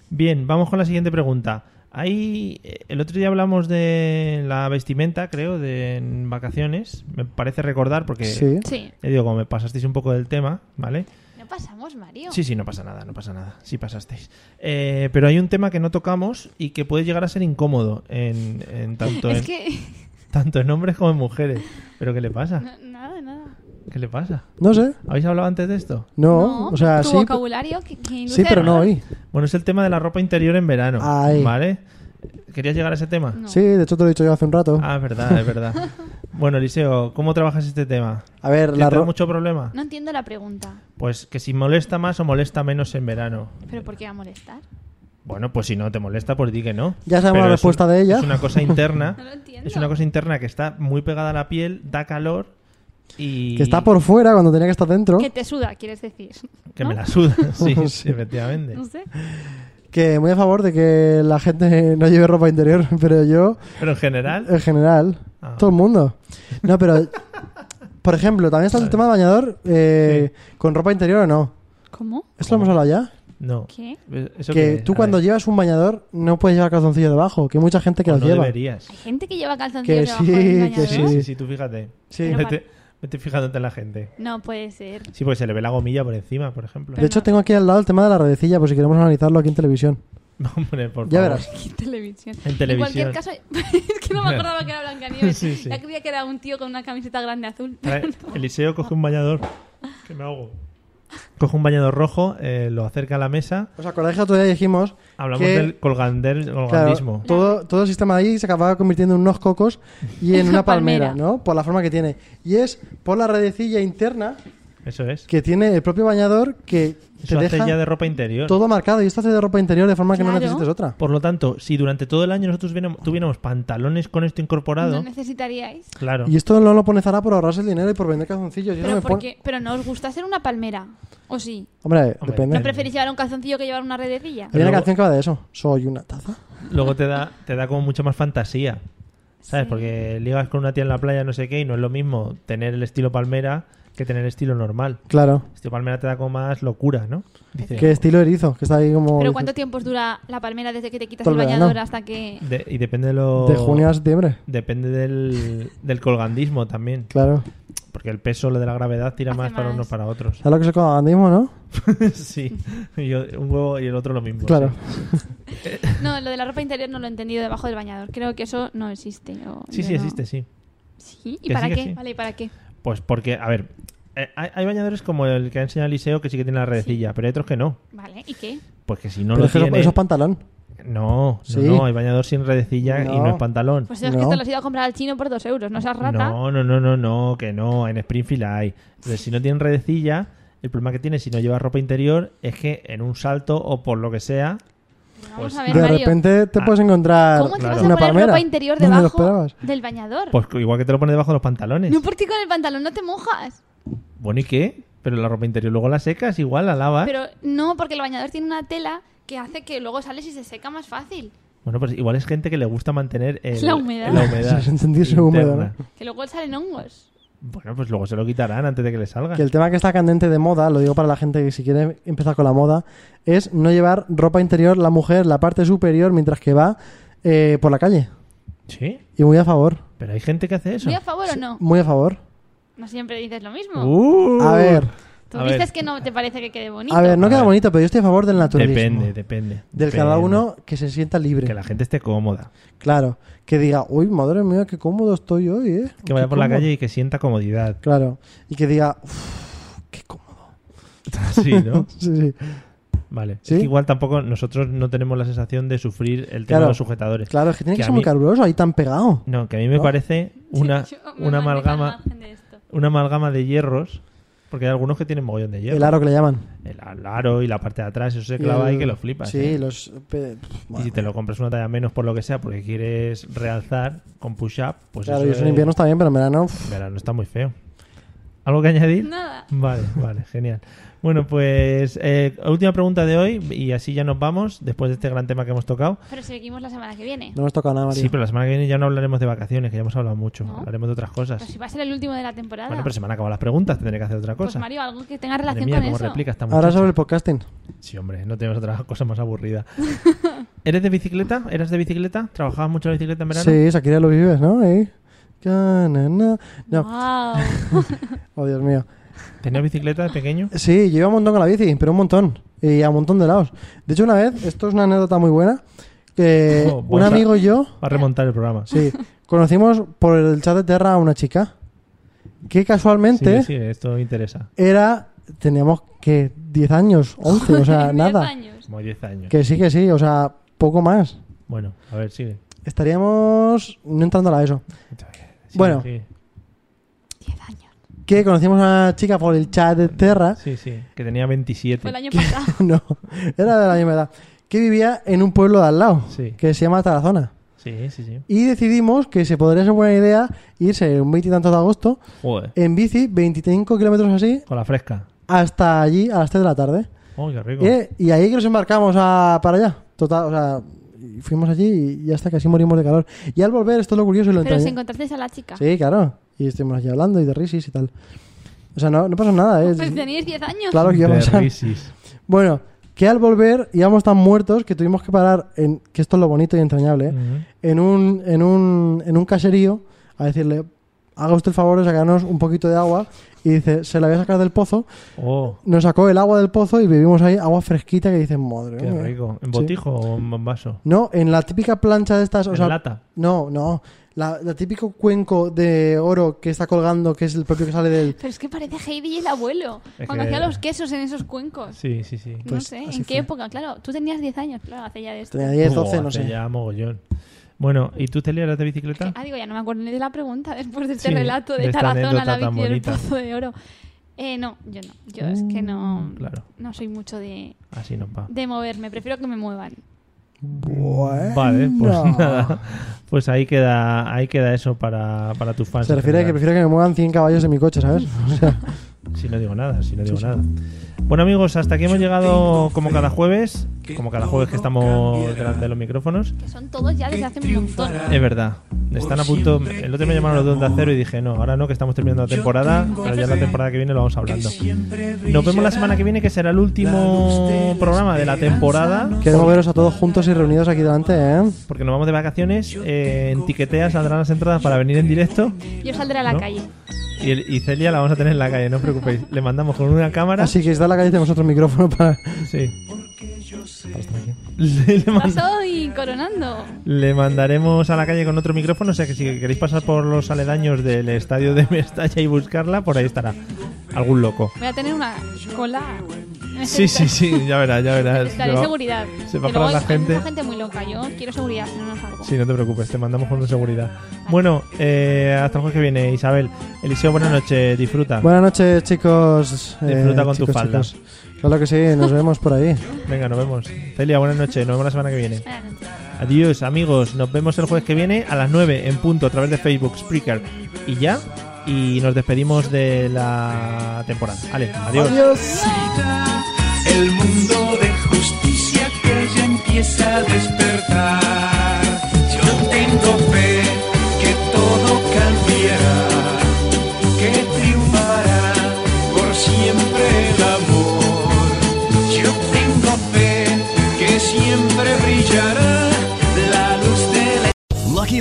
S1: Bien, vamos con la siguiente pregunta. Ahí, eh, el otro día hablamos de la vestimenta, creo, de en vacaciones. Me parece recordar, porque
S2: Sí.
S3: Sí.
S1: ya digo, como me pasasteis un poco del tema, ¿vale?
S3: No pasamos, Mario.
S1: Sí, sí, no pasa nada, no pasa nada. Sí pasasteis. Eh, pero hay un tema que no tocamos y que puede llegar a ser incómodo en, en tanto, en,
S3: Es que. [laughs]
S1: tanto en hombres como en mujeres. ¿Pero qué le pasa?
S3: no- nada, nada.
S1: ¿Qué le pasa?
S2: No sé,
S1: ¿Habéis hablado antes de esto?
S2: no, o sea,
S3: tu
S2: sí,
S3: vocabulario que, que
S2: sí,
S3: induce
S2: pero no
S3: error.
S2: hoy.
S1: Bueno, es el tema de la ropa interior en verano,
S2: Ay.
S1: ¿vale? ¿Querías llegar a ese tema?
S3: No.
S2: Sí, de hecho te lo he dicho yo hace un rato.
S1: Ah, es verdad, es verdad.
S2: [laughs]
S1: bueno, Eliseo, ¿cómo trabajas este tema?
S2: A ver,
S1: ¿Te
S2: la
S1: da
S2: ropa...
S1: mucho problema?
S3: No entiendo la pregunta.
S1: Pues que si molesta más o molesta menos en verano.
S3: ¿Pero por qué va a molestar?
S1: Bueno, pues si no te molesta, pues di que no.
S2: Ya
S1: Pero
S2: sabemos la
S1: es un-
S2: respuesta de ella.
S1: Es una cosa
S2: [laughs]
S1: interna.
S3: No lo entiendo.
S1: es una cosa interna que está muy pegada a la piel, da calor y...
S2: Que está por fuera cuando tenía que estar dentro.
S3: Que te suda, quieres decir.
S1: Que
S3: ¿no?
S1: me la
S2: [laughs]
S1: suda, sí, sí,
S2: Sí.
S1: efectivamente.
S3: No sé.
S2: Que muy a favor de que la gente [laughs] no lleve ropa interior, pero yo,
S1: Pero en general...
S2: en general,
S1: Ah.
S2: todo el mundo.
S1: [laughs]
S2: No, pero, por ejemplo, también está el tema del bañador eh, con ropa interior o no.
S3: ¿Cómo?
S2: ¿Esto lo hemos hablado ya?
S1: No.
S3: ¿Qué?
S1: ¿Eso qué
S2: Que
S1: es?
S2: tú
S1: A
S2: cuando
S1: ver.
S2: llevas un bañador no puedes llevar calzoncillo debajo, que hay mucha gente que
S1: No
S2: lo lleva.
S1: deberías.
S3: Hay gente que lleva
S2: Que
S3: calzoncillos debajo
S2: sí,
S3: del
S2: que
S3: bañador?
S1: Sí, sí, sí, tú fíjate.
S2: Sí.
S3: Pero
S1: Vete, vete fijándote en la gente.
S3: No puede ser.
S1: Sí, porque se le ve la gomilla por encima, por ejemplo. [laughs]
S2: De hecho, tengo aquí al lado el tema de la redecilla, por si queremos analizarlo aquí en televisión.
S1: Hombre, por
S2: Ya
S1: favor.
S2: verás.
S3: [laughs] Qué televisión.
S1: En televisión.
S3: En cualquier caso, [laughs] es que no me acordaba que era Blancanieves.
S1: [laughs] Sí, sí.
S3: Ya creía que era un tío con una camiseta grande azul.
S1: Trae- Eliseo coge un bañador. Que me ahogo. Coge un bañador rojo, eh, lo acerca a la mesa.
S2: ¿Os acordáis que otro día dijimos
S1: Hablamos
S2: que
S1: del colgander,
S2: claro,
S1: colgandismo.
S2: todo, todo el sistema de ahí se acababa convirtiendo en unos cocos y
S3: [laughs]
S2: en una palmera,
S3: Palmera.
S2: ¿no? Por la forma que tiene. Y es por la redecilla interna
S1: Eso es.
S2: que tiene el propio bañador que te
S1: Eso hace
S2: deja
S1: ya de ropa interior.
S2: todo marcado. Y esto hace de ropa interior de forma que no
S3: Claro.
S2: necesites otra.
S1: Por lo tanto, si durante todo el año nosotros tuviéramos, tuviéramos pantalones con esto
S3: No
S1: incorporado,
S3: necesitaríais.
S1: claro.
S2: Y esto no lo pone Zara por ahorrarse el dinero y por vender calzoncillos. Yo no
S3: Pero,
S2: me pon-
S3: porque, pero no os gusta hacer una palmera. ¿O sí?
S2: Hombre,
S3: ¿No
S2: depende.
S1: pre-
S3: preferís llevar un calzoncillo que llevar una redecilla?
S2: Hay una
S1: Luego-
S2: canción que va de eso. Soy una taza.
S1: Luego te da, te da como mucha más fantasía. ¿Sabes?
S3: Sí.
S1: Porque ligas con una tía en la playa, no sé qué, y no es lo mismo tener el estilo palmera que tener el estilo normal.
S2: Claro.
S1: El estilo palmera te da como más locura, ¿no? Dice,
S2: Qué estilo erizo, que está ahí como.
S3: ¿Pero cuánto tiempo os dura la palmera desde que te quitas
S2: Todo
S3: el
S2: el verano.
S3: bañador hasta
S1: [laughs]
S3: que...?
S1: de- y depende de lo.
S2: De junio a septiembre.
S1: Depende del, del colgandismo también.
S2: Claro.
S1: Porque el peso lo de la gravedad tira
S3: Hace
S1: más para
S3: más.
S1: unos para
S2: [laughs]
S1: otros.
S2: ¿Sabes lo que es el colgandismo, no?
S1: sí. Y yo- un huevo y el otro lo mismo.
S2: Claro.
S1: Pues sí.
S3: No, lo de la ropa interior no lo he entendido debajo del bañador. Creo que eso no existe. o
S1: Sí,
S3: yo
S1: sí,
S3: no-
S1: existe, sí.
S3: ¿Sí?
S1: Que
S3: ¿Y para
S1: sí, que
S3: qué?
S1: sí.
S3: Vale, ¿y para qué?
S1: Pues porque, a ver, eh, hay, hay bañadores como el que ha enseñado Eliseo que sí que tiene la redecilla, pero hay otros que no.
S3: Vale, ¿y qué?
S1: Pues que si no
S2: Pero
S1: lo
S2: es que eso,
S1: tiene...
S2: eso es pantalón.
S1: no,
S2: Sí.
S1: no, no, hay bañador sin redecilla y no
S2: No.
S1: es pantalón.
S3: Pues es que
S2: No.
S3: esto lo has ido a comprar al chino por dos euros, no seas rata.
S1: No, no, no, no, no, que no, en Springfield hay. Entonces, si no tienen redecilla, el problema que tiene si no lleva ropa interior es que en un salto o por lo que sea...
S3: Vamos
S1: Pues
S3: a ver,
S2: De
S3: Mario.
S2: repente te
S1: Ah.
S2: puedes encontrar
S3: ¿Cómo te vas a
S2: una
S3: poner
S2: palmera.
S3: ropa interior
S2: ¿Dónde lo
S3: debajo
S2: esperabas?
S3: del bañador?
S1: Pues igual que te lo pones debajo de los pantalones.
S3: No, pues porque con el pantalón no te mojas.
S1: Bueno, ¿y qué? Pero la ropa interior luego la secas, igual la lavas.
S3: Pero no, porque el bañador tiene una tela que hace que luego sales y se seca más fácil.
S1: Bueno, pues igual es gente que le gusta mantener el-
S3: La humedad.
S1: la humedad
S2: Sentirse húmedo,
S1: interna.
S2: ¿no?
S3: Que luego salen hongos.
S1: Bueno, pues luego se lo quitarán antes de que le salga.
S2: Que el tema que está candente de moda, lo digo para la gente que si quiere empezar con la moda, es no llevar ropa interior la mujer, la parte superior, mientras que va eh, por la calle.
S1: Sí,
S2: Y muy a favor.
S1: pero hay gente que hace eso.
S3: ¿Muy a favor o no?
S2: Muy a favor.
S3: No siempre dices lo mismo.
S1: Uh.
S2: A ver,
S3: Tú
S1: a
S3: dices
S1: ver.
S3: que no te parece que quede bonito.
S2: a ver, no
S1: A
S2: queda
S1: ver.
S2: bonito, pero yo estoy a favor del naturalismo.
S1: Depende, depende.
S2: Del
S1: Depende.
S2: cada uno que se sienta libre.
S1: Que la gente esté cómoda.
S2: Claro. Que diga, uy, madre mía, qué cómodo estoy hoy, ¿eh?
S1: Que vaya
S2: Qué
S1: por la
S2: cómodo".
S1: calle y que sienta comodidad.
S2: Claro. Y que diga, "Uf, qué cómodo.
S1: Sí, ¿no?
S2: [laughs] Sí, sí.
S1: Vale.
S2: ¿Sí?
S1: Es que igual tampoco nosotros no tenemos la sensación de sufrir el tema
S2: Claro.
S1: de los sujetadores.
S2: Claro, es que tiene
S1: Que
S2: que
S1: a
S2: ser
S1: mí-
S2: muy caluroso ahí tan pegado.
S1: No, que a mí me
S2: ¿No?
S1: parece una,
S3: [laughs] Yo me
S1: una
S3: manejo al
S1: amalgama
S3: margen de esto.
S1: una amalgama de hierros, porque hay algunos que tienen mogollón de hierro.
S2: El aro que le llaman.
S1: El al- aro y la parte de atrás, eso se clava
S2: Y el-
S1: ahí que lo flipas.
S2: Sí,
S1: ¿eh?
S2: los. pe-
S1: Y si te lo compras una talla menos por lo que sea, porque quieres realzar con push-up, pues
S2: claro,
S1: eso
S2: y eso en
S1: es-
S2: invierno está bien, pero en verano.
S1: en
S2: pff,
S1: verano está muy feo. ¿Algo que añadir?
S3: Nada.
S1: Vale, vale, genial. Bueno, pues eh, última pregunta de hoy y así ya nos vamos después de este gran tema que hemos tocado.
S3: Pero seguimos la semana que viene.
S2: no nos toca nada, María.
S1: Sí, pero la semana que viene ya no hablaremos de vacaciones, que ya hemos hablado mucho,
S3: ¿No?
S1: hablaremos de otras cosas.
S3: Pero si va a ser el último de la temporada.
S1: Bueno, pero se me han acabado las preguntas, tendré que hacer otra
S3: pues
S1: cosa.
S3: Mario, algo que tenga
S1: Madre
S3: relación
S1: mía,
S3: con
S1: cómo
S3: eso.
S1: replica esta
S2: Ahora
S1: muchacha.
S2: sobre el podcasting.
S1: Sí, hombre, no tenemos otra cosa más
S3: [laughs]
S1: aburrida. ¿Eres de bicicleta? ¿Eras de bicicleta? ¿Trabajabas mucho en la bicicleta en verano?
S2: Sí, Shakira lo vives, ¿no? Ahí. Ca- na- na.
S3: Ah.
S2: No,
S3: Guau.
S2: oh Dios mío.
S1: ¿Tenías bicicleta de pequeño?
S2: Sí, yo iba un montón con la bici, pero un montón. Y a un montón de lados. De hecho, una vez, esto es una anécdota muy buena, que
S1: [laughs] Oh,
S2: un
S1: buena.
S2: amigo y yo
S1: Va a remontar el programa.
S3: [laughs]
S2: Sí, conocimos por el chat de Terra a una chica que casualmente
S1: sí, esto me interesa.
S2: era, teníamos que 10 años, 11, o sea,
S3: [laughs] Diez
S2: nada.
S3: años.
S1: Como 10 años.
S2: Que sí, que sí, o sea, poco más.
S1: Bueno, a ver, sigue.
S2: Estaríamos no entrando a eso.
S1: Sigue,
S2: Bueno.
S1: sigue.
S3: Diez años.
S2: Que conocimos a una chica por el chat de Terra, [laughs]
S1: Sí, sí, que tenía 27.
S3: Fue el año
S1: [laughs]
S3: pasado.
S2: no, era de la misma edad, que vivía en un pueblo de al lado,
S1: Sí.
S2: que se llama Tarazona.
S1: Sí, sí, sí.
S2: Y decidimos que se podría ser buena idea irse un 20 y tantos de agosto
S1: Joder.
S2: en bici, 25 kilómetros así,
S1: Con la fresca.
S2: hasta allí a las 3 de la tarde.
S1: Oh, qué rico.
S2: Eh, y ahí que nos embarcamos a- para allá. Total, o sea, y fuimos allí y ya está, casi morimos de calor. Y al volver, esto es lo curioso y lo
S3: Pero
S2: entrañable-
S3: si encontrasteis a la chica.
S2: Sí, claro. Y estuvimos allí hablando y de risis y tal. O sea, no, no pasa nada, ¿eh?
S3: Pues tenéis 10 años.
S2: Claro que iba a pasar.
S1: Risis.
S2: Bueno, que al volver íbamos tan muertos que tuvimos que parar en. Que esto es lo bonito y entrañable, ¿eh? en un, en un, en un caserío a decirle, haga usted el favor de sacarnos un poquito de agua. Y dice, se la voy a sacar del pozo.
S1: Oh,
S2: Nos sacó el agua del pozo y bebimos ahí agua fresquita que dices, madre
S1: qué
S2: mía".
S1: rico. ¿En
S2: Eh, Sí.
S1: botijo o en vaso?
S2: No, en la típica plancha de estas. O
S1: en
S2: sea,
S1: lata.
S2: No, no. La, la típico cuenco de oro que está colgando, que es el propio que sale del.
S3: Pero es que parece Heidi y el abuelo.
S1: Es
S3: cuando
S1: que-
S3: hacía los quesos en esos cuencos.
S1: Sí, sí, sí.
S3: no
S2: Pues
S3: sé, ¿en
S2: así
S3: qué
S2: fue.
S3: época? Claro, tú tenías 10 años, claro, hace ya de esto.
S2: Tenía 10, 12,
S1: Buah,
S2: no
S1: hace
S2: sé.
S1: Ya mogollón. Bueno, ¿y tú te liaras de bicicleta?
S3: Ah, digo, ya no me acuerdo ni de la pregunta después de este
S1: Sí,
S3: relato
S1: de
S3: de
S1: esta
S3: Tarazona,
S1: anécdota
S3: la
S1: tan
S3: bici del
S1: bonita. Mm,
S3: pozo de oro. Eh, no, yo no. Yo es que no,
S1: Claro,
S3: no soy mucho de,
S1: así nos va.
S3: de moverme, prefiero que me muevan.
S2: Bueno.
S1: Vale,
S2: [laughs]
S1: pues [laughs] nada. Pues ahí queda, ahí queda eso para, para tus fans.
S2: Se
S1: en
S2: refiere a que
S1: general.
S2: prefiero que me muevan 100 caballos de mi coche, ¿sabes? O sea,
S1: Si no digo nada, si no digo nada. Bueno amigos, hasta aquí hemos llegado como cada jueves, como cada jueves que estamos delante de los micrófonos.
S3: Que son todos ya desde hace un montón.
S1: Es verdad, están a punto... El otro día me llamaron los dos de acero y dije, no, ahora no, que estamos terminando la temporada, pero ya la temporada que viene lo vamos hablando. Nos vemos la semana que viene, que será el último programa de la temporada.
S2: queremos veros a todos juntos y reunidos aquí delante, ¿eh?
S1: Porque nos vamos de vacaciones, eh, en tiquetea saldrán las entradas para venir en directo
S3: Yo saldré a la
S1: Eh, ¿No?
S3: calle.
S1: y, el- y Celia la vamos a tener en la calle, no os preocupéis. Le mandamos con una cámara.
S2: Así que está en la calle tenemos otro micrófono para.
S1: Sí. Le, le mand-
S3: Paso y coronando.
S1: le mandaremos a la calle con otro micrófono, o sea que si queréis pasar por los aledaños del estadio de Mestalla y buscarla, por ahí estará. Algún loco.
S3: Voy a tener una cola.
S1: Sí, sí, sí, ya verás, ya verás.
S3: Necesitaré
S1: Yo-
S3: seguridad.
S1: se va
S3: Que
S1: para
S3: luego
S1: la
S3: hay- hay
S1: gente.
S3: mucha gente muy loca. Yo quiero seguridad, si no nos salgo.
S1: Sí, no te preocupes, te mandamos con seguridad. Bueno, eh, hasta el jueves que viene, Isabel. Eliseo, buenas noches, disfruta.
S2: Buenas noches, chicos. Eh,
S1: Disfruta con tu
S2: chicos,
S1: falda.
S2: chicos. Claro que sí, nos vemos por ahí.
S1: Venga, nos vemos. Celia, buenas noches, nos vemos la semana que viene.
S3: Buenas noches.
S1: Adiós, amigos. Nos vemos el jueves que viene a las 9 en punto a través de Facebook, Spreaker y ya. Y nos despedimos de la temporada. Vale, adiós.
S5: El mundo de justicia que ya empieza a despertar. Yo tengo fe que todo cambiará, que triunfará por siempre el amor. Yo tengo fe que siempre brillará la luz de la
S6: Lucky